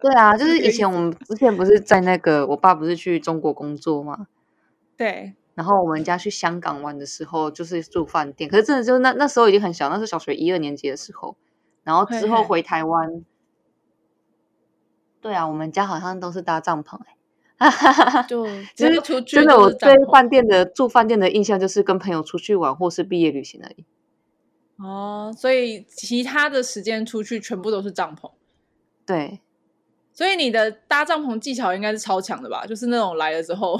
对啊，就是
这个
以
意
前我们之前不是在那个我爸不是去中国工作嘛，
对，
然后我们家去香港玩的时候，就是住饭店，可是真的就是那那时候已经很小，那是小学一二年级的时候。然后之
嘿
后
嘿
回台湾，对啊，我们家好像都是搭帐篷哎、
就
就
只
是
要出去
真的，
就
我
是帐
对
篷
饭店的住饭店的印象就是跟朋友出去玩或是毕业旅行而已。
哦，所以其他的时间出去全部都是帐篷，
对，
所以你的搭帐篷技巧应该是超强的吧？就是那种来了之后，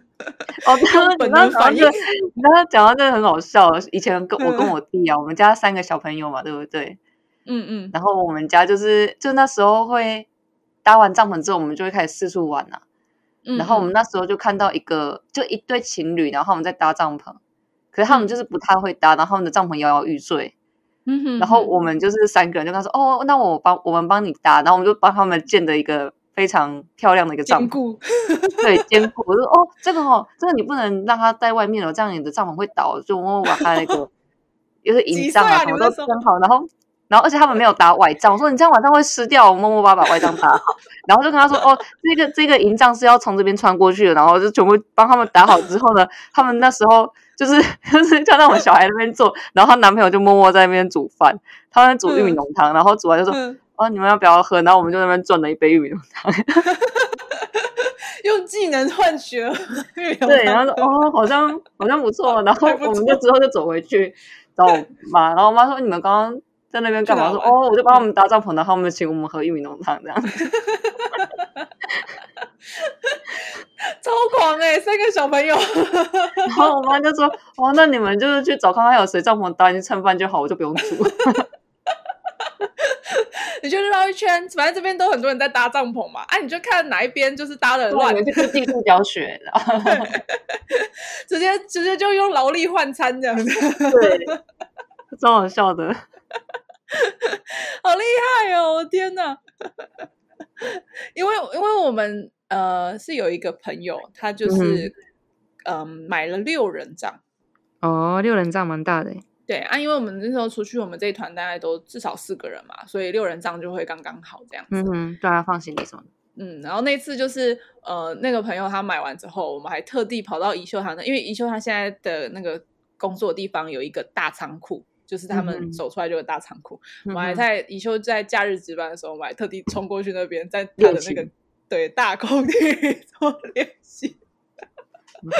哦，对
用
你
本
刚刚讲
能
到
反
这
应
个，你刚刚讲到这个很好笑。以前跟我跟
嗯
我弟啊，我们家三个小朋友嘛，对不对？
嗯嗯，
然后我们家就是就那时候会搭完帐篷之后，我们就会开始四处玩啊。
嗯
然后我们
嗯
那时候就看到一个，就一对情侣，然后他们在搭帐篷，可是他们就是不太会搭，然后他们的帐篷摇摇欲坠。
嗯哼
然后
哼
我们就是三个人就跟他说：“哦，那我帮我们帮你搭。”然后我们就帮他们建的一个非常漂亮的一个帐
兼
篷，
顾，
对，坚固。我就说：“哦，这个哦，这个你不能让它在外面哦，这样你的帐篷会倒。”就我们把它那个就是
几
营帐
岁啊
什么
你们
都
那时候
装好，然后。然后，而且他们没有搭外帐，我说你这样晚上会湿掉。我默默把把外帐搭好，然后就跟他说：“哦，这个这个营帐是要从这边穿过去的。”然后就全部帮他们打好之后呢，他们那时候就是就是叫那我小孩那边做，然后她男朋友就默默在那边煮饭，他在煮玉米
嗯
浓汤，然后煮完就说：“
嗯，
哦，你们要不要喝？”然后我们就在那边转了一杯玉米浓汤，
用技能换血，
对，
对
然后说：“哦，好像好像不错。”然后
还不
我们就之后就走回去找我妈，然后我妈说：“你们刚刚在那边干嘛？”
去
说：“
哪玩
哦，我就帮他们搭帐篷，然后他们请我们喝玉米浓汤这样。
超狂哎、三个小朋友，”
然后我妈就说：“哦，那你们就是去找看看有谁帐篷搭，你去蹭饭就好，我就不用 煮。”
你就绕一圈，反正这边都很多人在搭帐篷嘛，啊，你就看哪一边就是搭的
对，
乱
你，们就是技术教学，然 后
直接直接就用劳力换餐这样 子，
对，超好笑的。
好厉害哦！我天哪， 因为因为我们呃是有一个朋友，他就是嗯、呃买了六人帐，
哦，六人帐蛮大的耶，欸
对啊，因为我们那时候出去，我们这一团大概都至少四个人嘛，所以六人帐就会刚刚好这样子。
嗯哼，对啊，放行李什么的，
嗯，然后那次就是呃，那个朋友他买完之后，我们还特地跑到宜秀他那，因为宜秀他现在的那个工作地方有一个大仓库，就是他
嗯
们
哼
走出来就有大仓库。
嗯
我们还
哼
在宜秀在假日值班的时候，我们还特地冲过去那 边，在他
练
的那个
习
对大空地 做练习。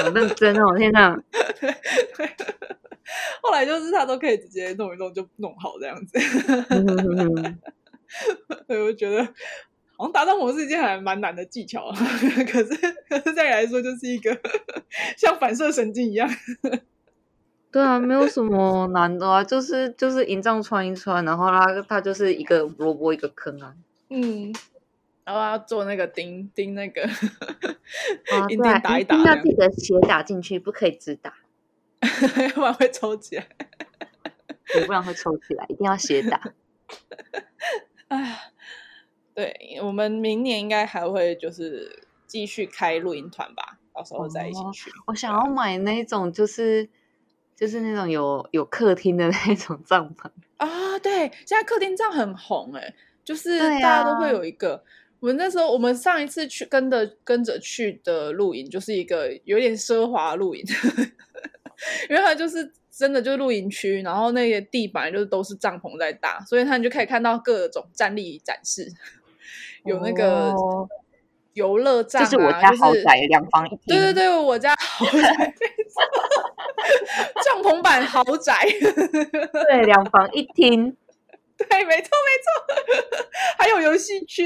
好认真哦，天哪，
后来就是他都可以直接弄一弄就弄好这样子，
嗯哼哼哼
所以我觉得。好像搭帐篷是一件还蛮难的技巧、啊， 可是可是再来说就是一个 像反射神经一样
对啊，没有什么难的啊，就是就是营帐穿一穿，然后它它就是一个萝卜一个坑啊，
嗯，然后要做那个钉钉那个
啊，
一
对
定
啊，
打一
一
打
定
这
要
样，
记得斜打进去，不可以直打，
要不然会抽起来。
对不然会抽起来，一定要斜打。
哎，对我们明年应该还会就是继续开露营团吧，到时候再一起
哦
去。
我想要买那种就是就是那种有有客厅的那种帐篷，
啊，对，现在客厅帐很红哎、就是
对
大家都
啊
会有一个。我们那时候，我们上一次去跟的跟着去的露营，就是一个有点奢华的露营， 因为它就是真的就是露营区，然后那些地板就是都是帐篷在搭，所以它你就可以看到各种站立展示， 有那个
哦
游乐帐
这
啊，
是我家豪
就是
宅两房一厅，
对对对，我家豪宅，帐篷版豪宅。
对，两房一厅。
对，没错没错，还有游戏区，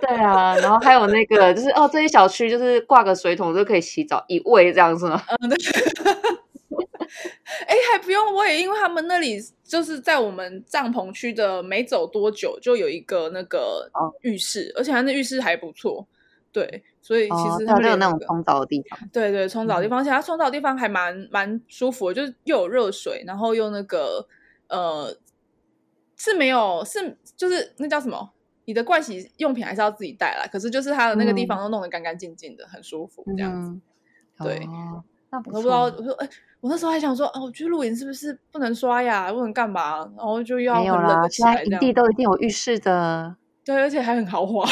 对啊，然后还有那个就是哦，这一小区就是挂个水桶就可以洗澡一位这样子吗？
哎，还不用我也，因为他们那里就是在我们帐篷区的，没走多久就有一个那个
哦
浴室，而且他那浴室还不错，对，所以
哦
其实
对
他
啊
们
都有
有
那
那
种
个
冲澡的地方。
对对冲澡的地方，而且它冲澡的地方还蛮蛮舒服的，就是又有热水，然后又那个呃是没有是就是那叫什么？你的盥洗用品还是要自己带啦，可是就是它的那个地
嗯
方都弄得干干净净的，很舒服这样子。
嗯，
对
哦，那不
我都不知道，
错
我说，哎、我那时候还想说，哦，我去露营是不是不能刷牙，不能干嘛？然后就又要
没有
很冷
啦
的，起
现在
来这
营
样
地，都一定有浴室的。
对，而且还很豪华，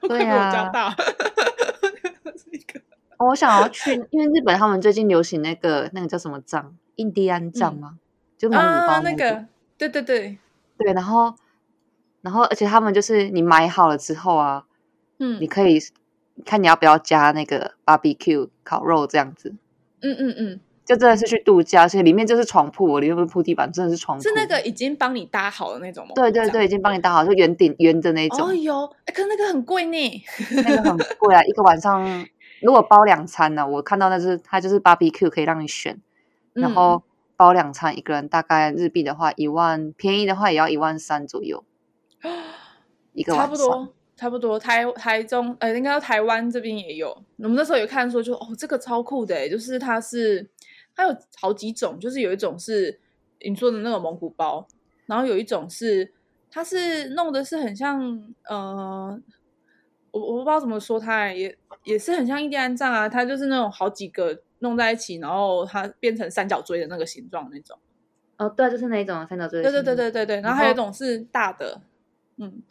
都快
对
比我家
啊
大， 是一个
哦我想要去，因为日本他们最近流行那个那个叫什么帐，印第安帐
嗯
吗？就蒙古包
啊，那
种
个，对对对，
对，然后然后而且他们就是你买好了之后啊，
嗯
你可以看你要不要加那个 barbecue 烤肉这样子。
嗯嗯嗯，
就真的是去度假，所以里面就是床铺，里面不是铺地板，真的是床铺。
是那个已经帮你搭好的那种吗？
对对对，已经帮你搭好，就圆顶圆的那
这样。
种，
哦，有，哎可是那个很贵呢。
那个很贵啊，一个晚上如果包两餐呢、我看到那是它就是 barbecue 可以让你选，然
嗯
后包两餐，一个人大概日币的话一万，便宜的话也要一万三左 右，一个晚上。
差不多，差不多。台台中，呃，应该说台湾这边也有。我们那时候有看说就，哦，这个超酷的欸，就是它是它有好几种，就是有一种是你说的那种蒙古包，然后有一种是它是弄的是很像呃，我我不知道怎么说它欸，也也是很像印第安藏啊，它就是那种好几个弄在一起，然后它变成三角锥的那个形状那种。
哦，对啊，就是那一种啊三角锥
对
的
对
形状。
对对对对，然
然
后还有一
后
种是大的，嗯。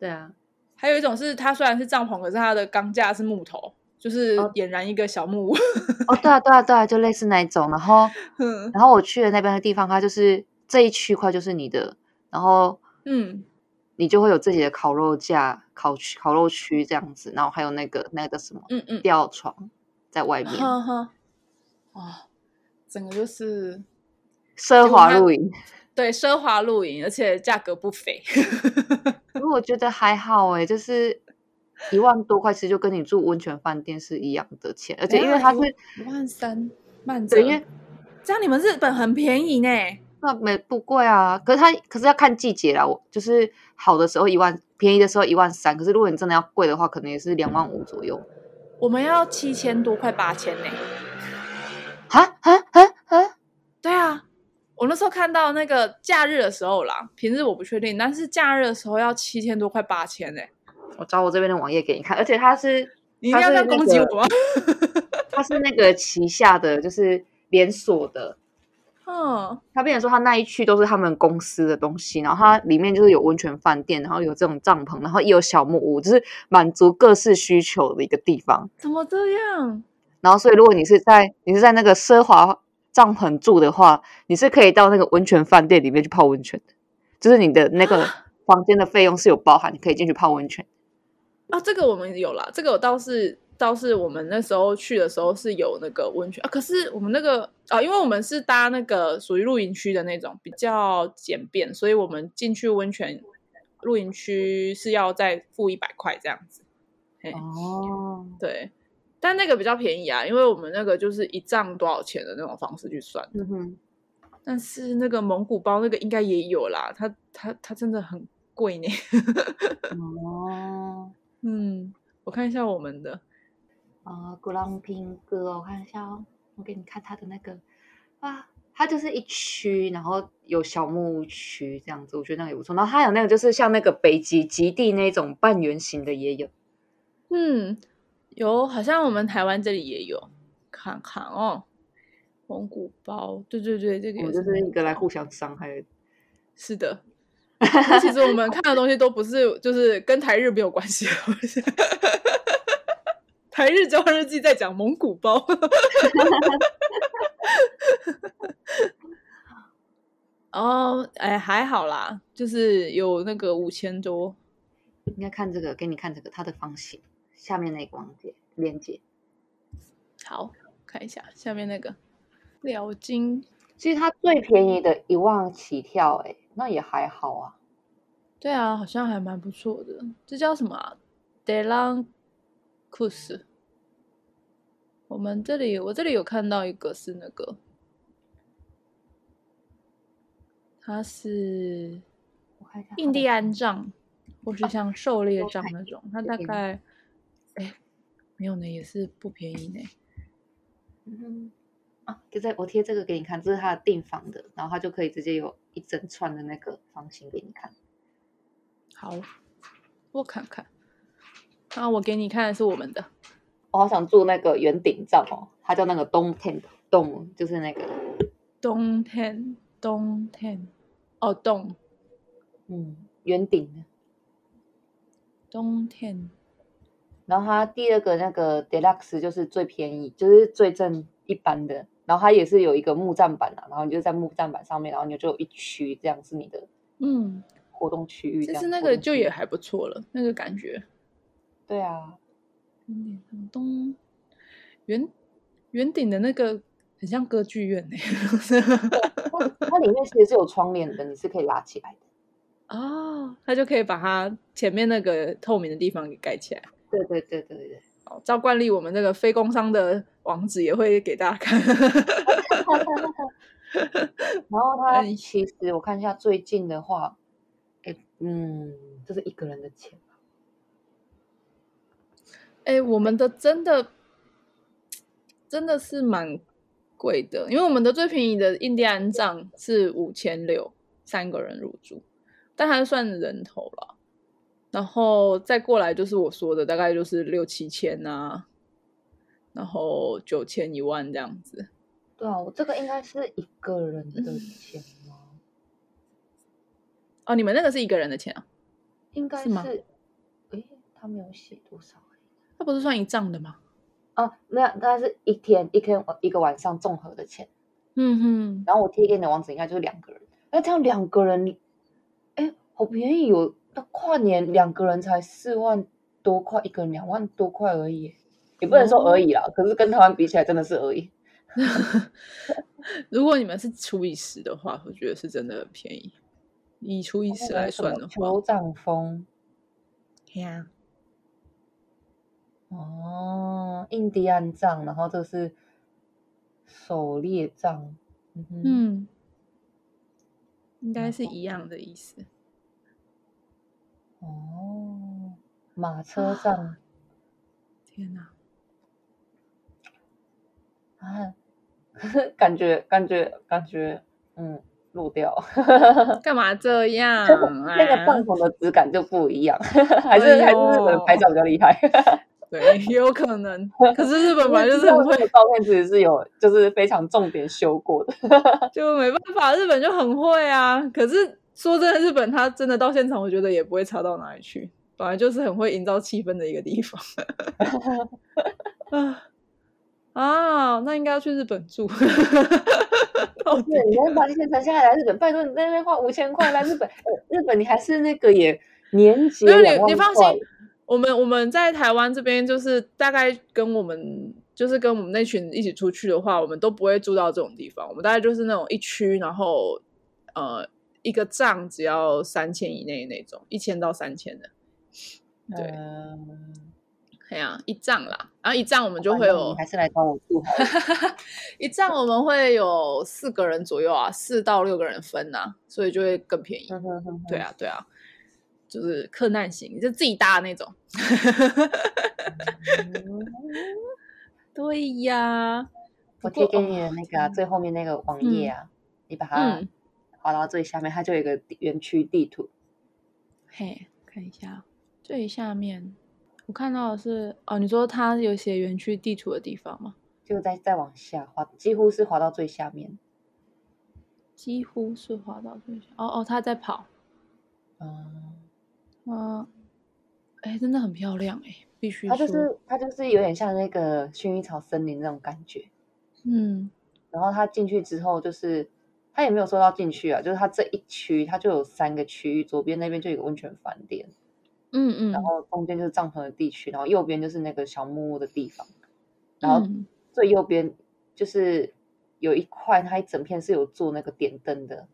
对啊，
还有一种是它虽然是帐篷，可是它的钢架是木头，就是
哦
点燃一个小木屋。
哦，对啊，对啊，对啊，就类似那一种。然后，
嗯
然后我去的那边的地方，它就是这一区块就是你的，然后
嗯，
你就会有自己的烤肉架、烤区、烤肉区这样子，然后还有那个那个什么
嗯嗯，
吊床在外面，
哈哈，哇，整个就是
奢
结果
华
它
露 营。
对奢华露营，而且价格 不菲。
可我觉得还好哎、就是一万多块，其实就跟你住温泉饭店是一样的钱，而且因为它是
一万三慢折，
对，因为
这样你们日本很便宜呢。
那没不贵啊，可是它可是要看季节啦。我就是好的时候一万，便宜的时候一万三，可是如果你真的要贵的话，可能也是两万五左右。
我们要七千多，快八千呢。
哈哈哈哈！
对啊，我那时候看到那个假日的时候啦，平日我不确定，但是假日的时候要七千多，快八千呢。
我找我这边的网页给你看，而且它是
你一定要这样
它是那
攻击
个
我吗？
它是那个旗下的，就是连锁的，
嗯，
他变成说，他那一区都是他们公司的东西，然后它里面就是有温泉饭店，然后有这种帐篷，然后也有小木屋，就是满足各式需求的一个地方。
怎么这样？
然后，所以如果你是在你是在那个奢华帐篷住的话，你是可以到那个温泉饭店里面去泡温泉的，就是你的那个房间的费用是有包含，你可以进去泡温泉。
啊，这个我们有啦，这个我倒是倒是我们那时候去的时候是有那个温泉啊，可是我们那个啊，因为我们是搭那个属于露营区的那种，比较简便，所以我们进去温泉露营区是要再付一百块这样子。嘿，
哦，
对，但那个比较便宜啊，因为我们那个就是一丈多少钱的那种方式去算，
嗯哼，
但是那个蒙古包那个应该也有啦，它它它真的很贵呢。
哦，
嗯，我看一下我们的。
啊，鼓浪平哥，我看一下哦，我给你看他的那个啊，它就是一区，然后有小木屋区这样子，我觉得那个也不错。然后它有那个就是像那个北极极地那种半圆形的也有，
嗯，有，好像我们台湾这里也有，看看哦，蒙古包，对对对，这
我
个也
们就是
蒙
一
古
个来
包
互相伤害的。
是的。那其实我们看的东西都不是，就是跟台日没有关系。 台日交换日记在讲蒙古包，哦，哎，还好啦，就是有那个五千多，
应该看这个，给你看这个它的方形，下面那个网页链接。
好看一下下面那个辽金
其实它最便宜的一万起跳、欸，哎，那也还好啊。
对啊，好像还蛮不错的。这叫什么啊？Delan Kus。我们这里，我这里有看到一个是那个，它是
我看一下它的
印第
方
安杖，或是像狩猎杖那种，它大
便宜
概，哎，没有呢，也是不便宜呢。
嗯哼，啊，就在我贴这个给你看，这是它的订房的，然后它就可以直接有一整串的那个方形给你看。
好，我看看，啊，我给你看的是我们的，
我好想住那个圆顶帐哦，它叫那个东 tent dome，就是那个，
冬天，冬天，哦，冬
嗯，圆顶的。
冬天。
然后它第二个那个 deluxe 就是最便宜，就是最正一般的。然后它也是有一个木栈板啊，然后你就在木栈板上面，然后你就有一区这样是你的
嗯，
活动区域这
其
样。
实那
活
个
动
就
区域
也还不错了，那个感觉。
对啊，
圆顶上东，圆圆顶的那个很像歌剧院呢、
它它里面其实是有窗帘的，你是可以拉起来的。
哦，它就可以把它前面那个透明的地方给盖起来。
对对对对对。
好，照惯例，我们那个非工商的网址也会给大家看。
然后它
哎
其实我看一下最近的话，哎，嗯，这是一个人的钱，
哎、我们的真的真的是蛮贵的，因为我们的最便宜的印第安帐是五千六，三个人入住，但还算人头了。然后再过来就是我说的，大概就是六七千啊，然后九千一万这样子。
对啊，我这个应该是一个人的
嗯
钱吗？
哦，你们那个是一个人的钱啊？
应该
是吗
是，诶，他没有写多少欸、
那不是算一帐的吗？
啊，没有，那是一天一天一个晚上综合的钱。
嗯哼，
然后我贴给你的网址应该就是两个人，那这样两个人，哎，好便宜哦！那跨年两个人才四万多块，一个人两万多块而已耶，也不能
哦
说而已啦，可是跟台湾比起来真的是而已。
如果你们是除以十的话，我觉得是真的很便宜。以除以十来算的话，
酋长风
对呀，
哦，印第安藏，然后这是狩猎藏，嗯哼，
嗯，应该是一样的意思。
哦，马车
啊
藏
天 哪，
啊， 感觉感觉感觉，嗯，漏掉。
啊干嘛这样啊？
那个帐篷的质感就不一样， 还是、还是日本人拍
哎呦
照比较厉害。
对， 也有可能。可是日本本来就
知
是
道
很会
这，个照片其实是有就是非常重点修过的。
就没办法，日本就很会啊。可是说真的，日本它真的到现场，我觉得也不会差到哪里去，本来就是很会营造气氛的一个 地方。 啊啊，那应该要去日本住。到底
对，你能把这些省下来来日本，拜托你在那边花五千块来日本，呃日本你还是那个也年结
没有
两
你，
万
你
块，
放心，我们我们在台湾这边就是大概跟我们就是跟我们那群一起出去的话，我们都不会住到这种地方，我们大概就是那种一区，然后呃一个帐只要三千以内那种，一千到三千的，对
嗯
哎呀、一帐啦，然后一帐我们就
反
会
正
有
你还是来找我住好了。
一帐我们会有四个人左右啊，四到六个人分呐、所以就会更便宜。
嗯哼哼哼
对啊，对啊，就是客难型，就自己搭的那种。
嗯
对呀，
我
不
贴
过
给你的那个啊、
天
最后面那个网页啊，你把它
嗯，
滑到最下面，它就有一个园区地图。
嘿，看一下最下面，我看到的是哦，你说它有写园区地图的地方吗？
就再再往下滑，几乎是滑到最下面。
几乎是滑到最下，哦哦，它在跑，哦
嗯，
嗯，哎，真的很漂亮哎，必须
它
说，
就是它就是有点像那个薰衣草森林那种感觉。
嗯
然后它进去之后，就是它也没有说到进去啊，就是它这一区它就有三个区域，左边那边就有个温泉饭店，
嗯嗯，
然后中间就是帐篷的地区，然后右边就是那个小木屋的地方，然后
嗯
最右边就是有一块，它一整片是有做那个点灯的，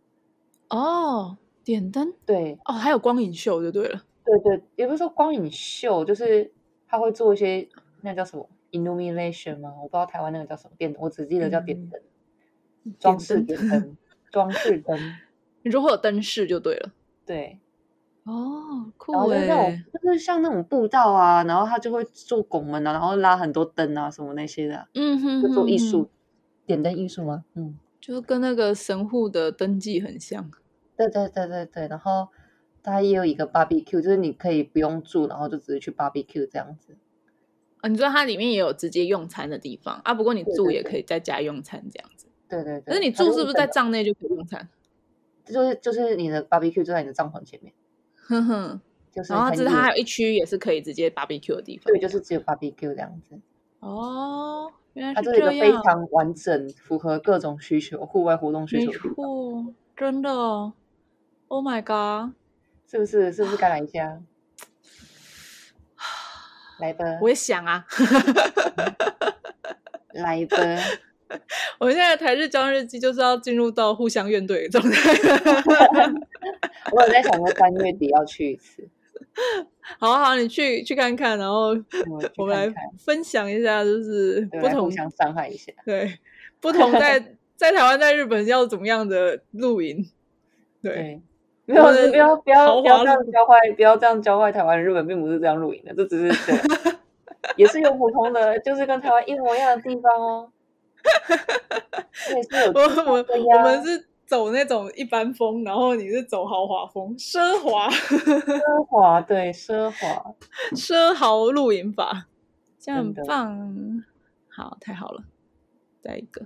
哦，点灯
对
哦，还有光影秀就对了，
对对，也不是说光影秀，就是它会做一些那叫什么 illumination 吗？我不知道台湾那个叫什么电灯，我只记得叫点
嗯
灯，装
点
饰
灯
点灯，装饰灯，
你说会有灯饰就对了，对，哦，酷
然后就是那种
哎，
就是像那种步道啊，然后它就会做拱门啊，然后拉很多灯啊什么那些的啊，
嗯哼
就做艺
哼哼
术，点灯艺术吗？嗯。
就是跟那个神户的登记很像，
对对对对对，然后它也有一个 barbecue，就是你可以不用住，然后就只是去 barbecue 这样子。
啊，你说它里面也有直接用餐的地方啊，不过你
对
住
对
也
对
可以在家用餐这样子。
对对对。
可是你
它就
住是不是在
整
帐内就可以用餐？
个？就是就是你的 barbecue 就在你的帐篷前面，
哼哼，
就是
然后
很
这它还
野
有一区哦也是可以直接 barbecue 的地方。
对，就是只有 barbecue 这样子。
哦，原来
它就
是
是一个
这
非
样，
常完整、符合各种需求、户外活动需
没
求的地方，
错，真的哦。Oh my god！
是不是？是不是该来一下？来吧，
我也想啊，
来吧，
我们现在台日交日记就是要进入到互相怨怼的状态。
我有在想说三月底要去一次，
好啊好啊，你去去看看，然后
我去
我们
看
来
看，
分享一下，就是
对
不
来互
同
相伤害一下。
对，不同 在在台湾、在日本要怎么样的露营？对，
对，没有，
或
是
者
不要不要
豪
不要
华
这样教坏，不要这样教坏台湾人。日本并不是这样露营的，这只是对，也是有普通的，就是跟台湾一模一样的地方哦。这也是有
我我
对
我
呀
们是走那种一般风，然后你是走豪华风，奢华
奢华，对奢华，
奢豪露营法，这样很
真的
棒。好，太好了，再一个，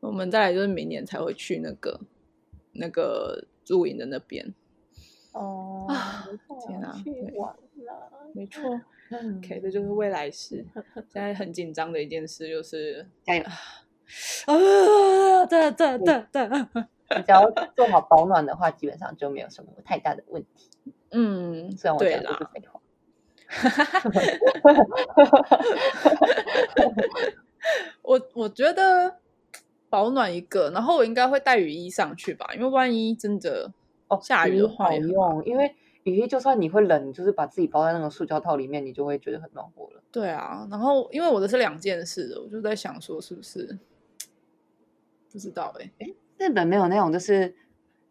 我们再来就是明年才会去那个那个露营的那边。哦
啊
天哪
去
对
玩啦！
没错。OK，这
嗯
就是未来 式。现在很紧张的一件事就是
加油，
啊，对对对嗯对，
你只要做好保暖的话，基本上就没有什么太大的问题。
嗯，
虽然我
对
讲的
啦
都，是废话，
我我觉得保暖一个，然后我应该会带雨衣上去吧，因为万一真的
哦，
下雨的话
好
也很
用，因为雨衣就算你会冷，你就是把自己包在那个塑胶套里面，你就会觉得很暖和了。
对啊，然后因为我的是两件事，我就在想说是不是不知道哎、
日本没有那种就是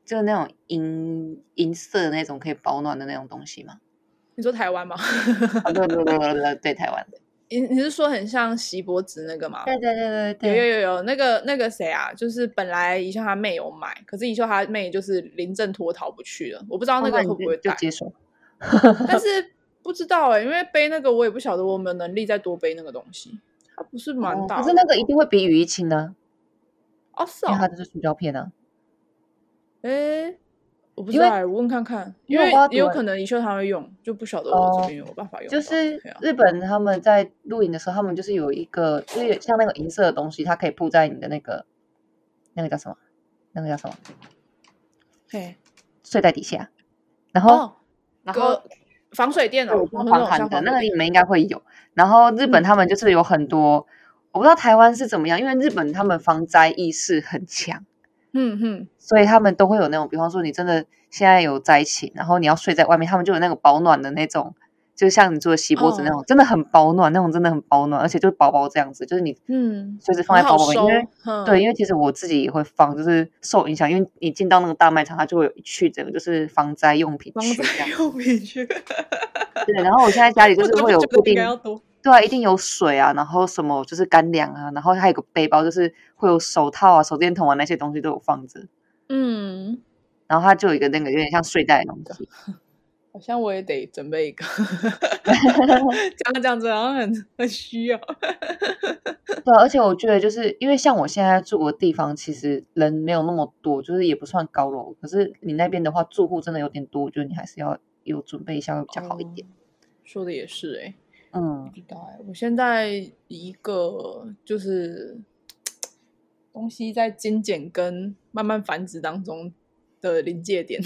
就是那种银银色那种可以保暖的那种东西吗？
你说台湾吗？
啊，对对对对对，对台湾的，
你你是说很像锡箔纸那个吗？
对对对对
有有有有，那个那个谁啊，就是本来宜秀她妹有买，可是宜秀她妹就是临阵脱逃不去了，我不知道那个会
哦你
不
就
会
就
带，
接受？
但是不知道哎、因为背那个我也不晓得我有没有能力再多背那个东西，它不是蛮
哦
大的、
可是那个一定会比雨衣轻呢、
哦是
因为
哦
它，就是塑胶片啊。
哎、我不知
因
道
为
哎、我问看看，
因
因
为我
为
不知道怎
也有
么
可能宜秀她会用，就不晓得我
哦
这边有没有办法用到，
就是
对啊
日本他们在露营的时候，他们就是有一个，就是像那个银色的东西，它可以铺在你的那个那个叫什么？那个叫什么？
嘿
睡袋底下。然后、
哦，
然后
个防水垫哦，
对，
然后
防
种
寒
像
的
防
那个
水
你们应该会有。然后日本
嗯
他们就是有很多，我不知道台湾是怎么样，因为日本他们防灾意识很强，
嗯嗯，
所以他们都会有那种，比方说你真的现在有灾情，然后你要睡在外面，他们就有那个保暖的那种，就像你做的锡箔纸那
哦
种，真的很保暖，那种真的很保暖，而且就是薄薄这样子，就是你
嗯
随时放在
很好
包包里，因为
收嗯
对，因为其实我自己也会放，就是受影响，因为你进到那个大卖场，它就会有一区整个就是防灾用品
防
区这
水
样。
用品区。
对，然后我现在家里 就
不
是
得不
会有
觉得
固
应
定
该要多。
对啊，一定有水啊，然后什么就是干粮啊，然后还有个背包，就是会有手套啊、手电筒啊那些东西都有放着。
嗯，
然后它就有一个那个有点像睡袋的东西，
好像我也得准备一 个。 讲讲着好像很很需要。
对啊、而且我觉得就是因为像我现在住的地方，其实人没有那么多，就是也不算高楼，可是你那边的话住户真的有点多，我觉得你还是要有准备一下会比较好一点。
哦。说的也是哎、
嗯
不，知道哎、我现在一个就是东西在精简跟慢慢繁殖当中的临界点。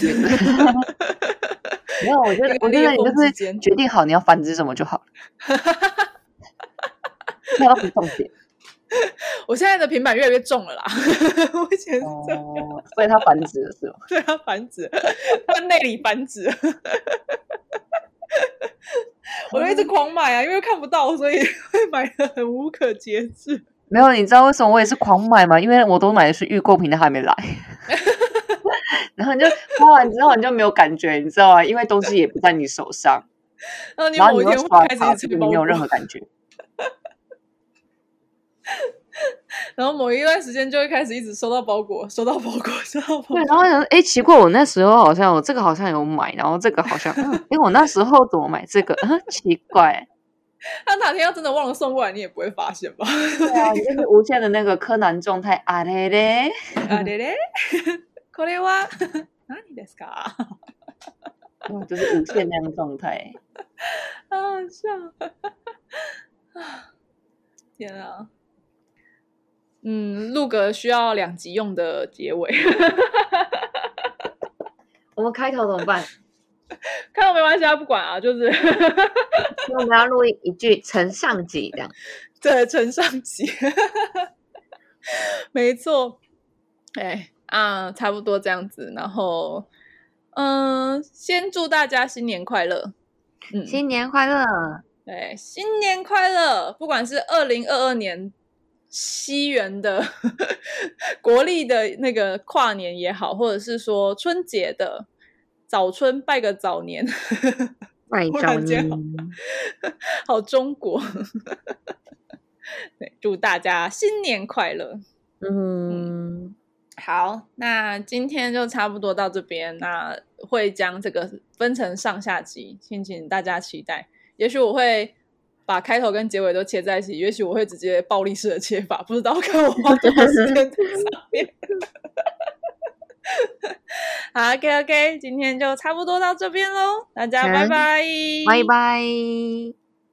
没有，我觉 得
一个
我觉得
裂
你
缝
就
之
是
间
决定好你要繁殖什么就好了，那都不是重 点
我现在的平板越来越重了啦， 我以前是这样。
哦，所以它繁殖了是吗？
对它繁殖，它内里繁 殖。我就一直狂买啊，因为看不到，所以 会买的很无可节制。
没有，你知道为什么我也是狂买吗？因为我都买的是预购品，它还没来。 然后你就花完之后你就没有感觉，你知道吗？因为东西也不在你手上，
然后你
然后
某
你
一天
又
会
刷
开
卡，
始
这
吃
个你
包
没有
裹，
任何感 觉。
然后某一段时间就会开始一直收到包裹，收到包裹，收到包
对，
裹。
然后想说，哎，奇怪，我那时候好像我这个好像有买，然后这个好像，嗯哎，我那时候怎么买这个？嗯，奇怪。
他哪天要真的忘了送过来，你也不会发现吧？
对 啊，你就是无限的那个柯南状态啊嘞嘞。
啊对嘞， これは 何ですか？
哇就是无限那样状态。
好好笑！天啊，嗯，录个需要两集用的结尾，
我们开头怎么办？
看到没关系啊，不管啊，就是
那我们要录一一句承上集这样。
对承上集， 没错，哎啊，差不多这样子，然后嗯，先祝大家新年快乐，嗯，
新年快 乐！
对，新年快乐！不管是二零二二年西元的 国历的那个跨年也好，或者是说春节的早春拜个早年，
拜
忽
早
然间好
年。
好中国。 对，祝大家新年快乐！
嗯，
好，那今天就差不多到这边，那会将这个分成上下集，敬请大家期待。也许我会把开头跟结尾都切在一起，也许我会直接暴力式的切法，不知道看我花多少时间在上面。 好，OK OK，今天就差不多到这边喽，大家拜
嗯
拜，
拜拜。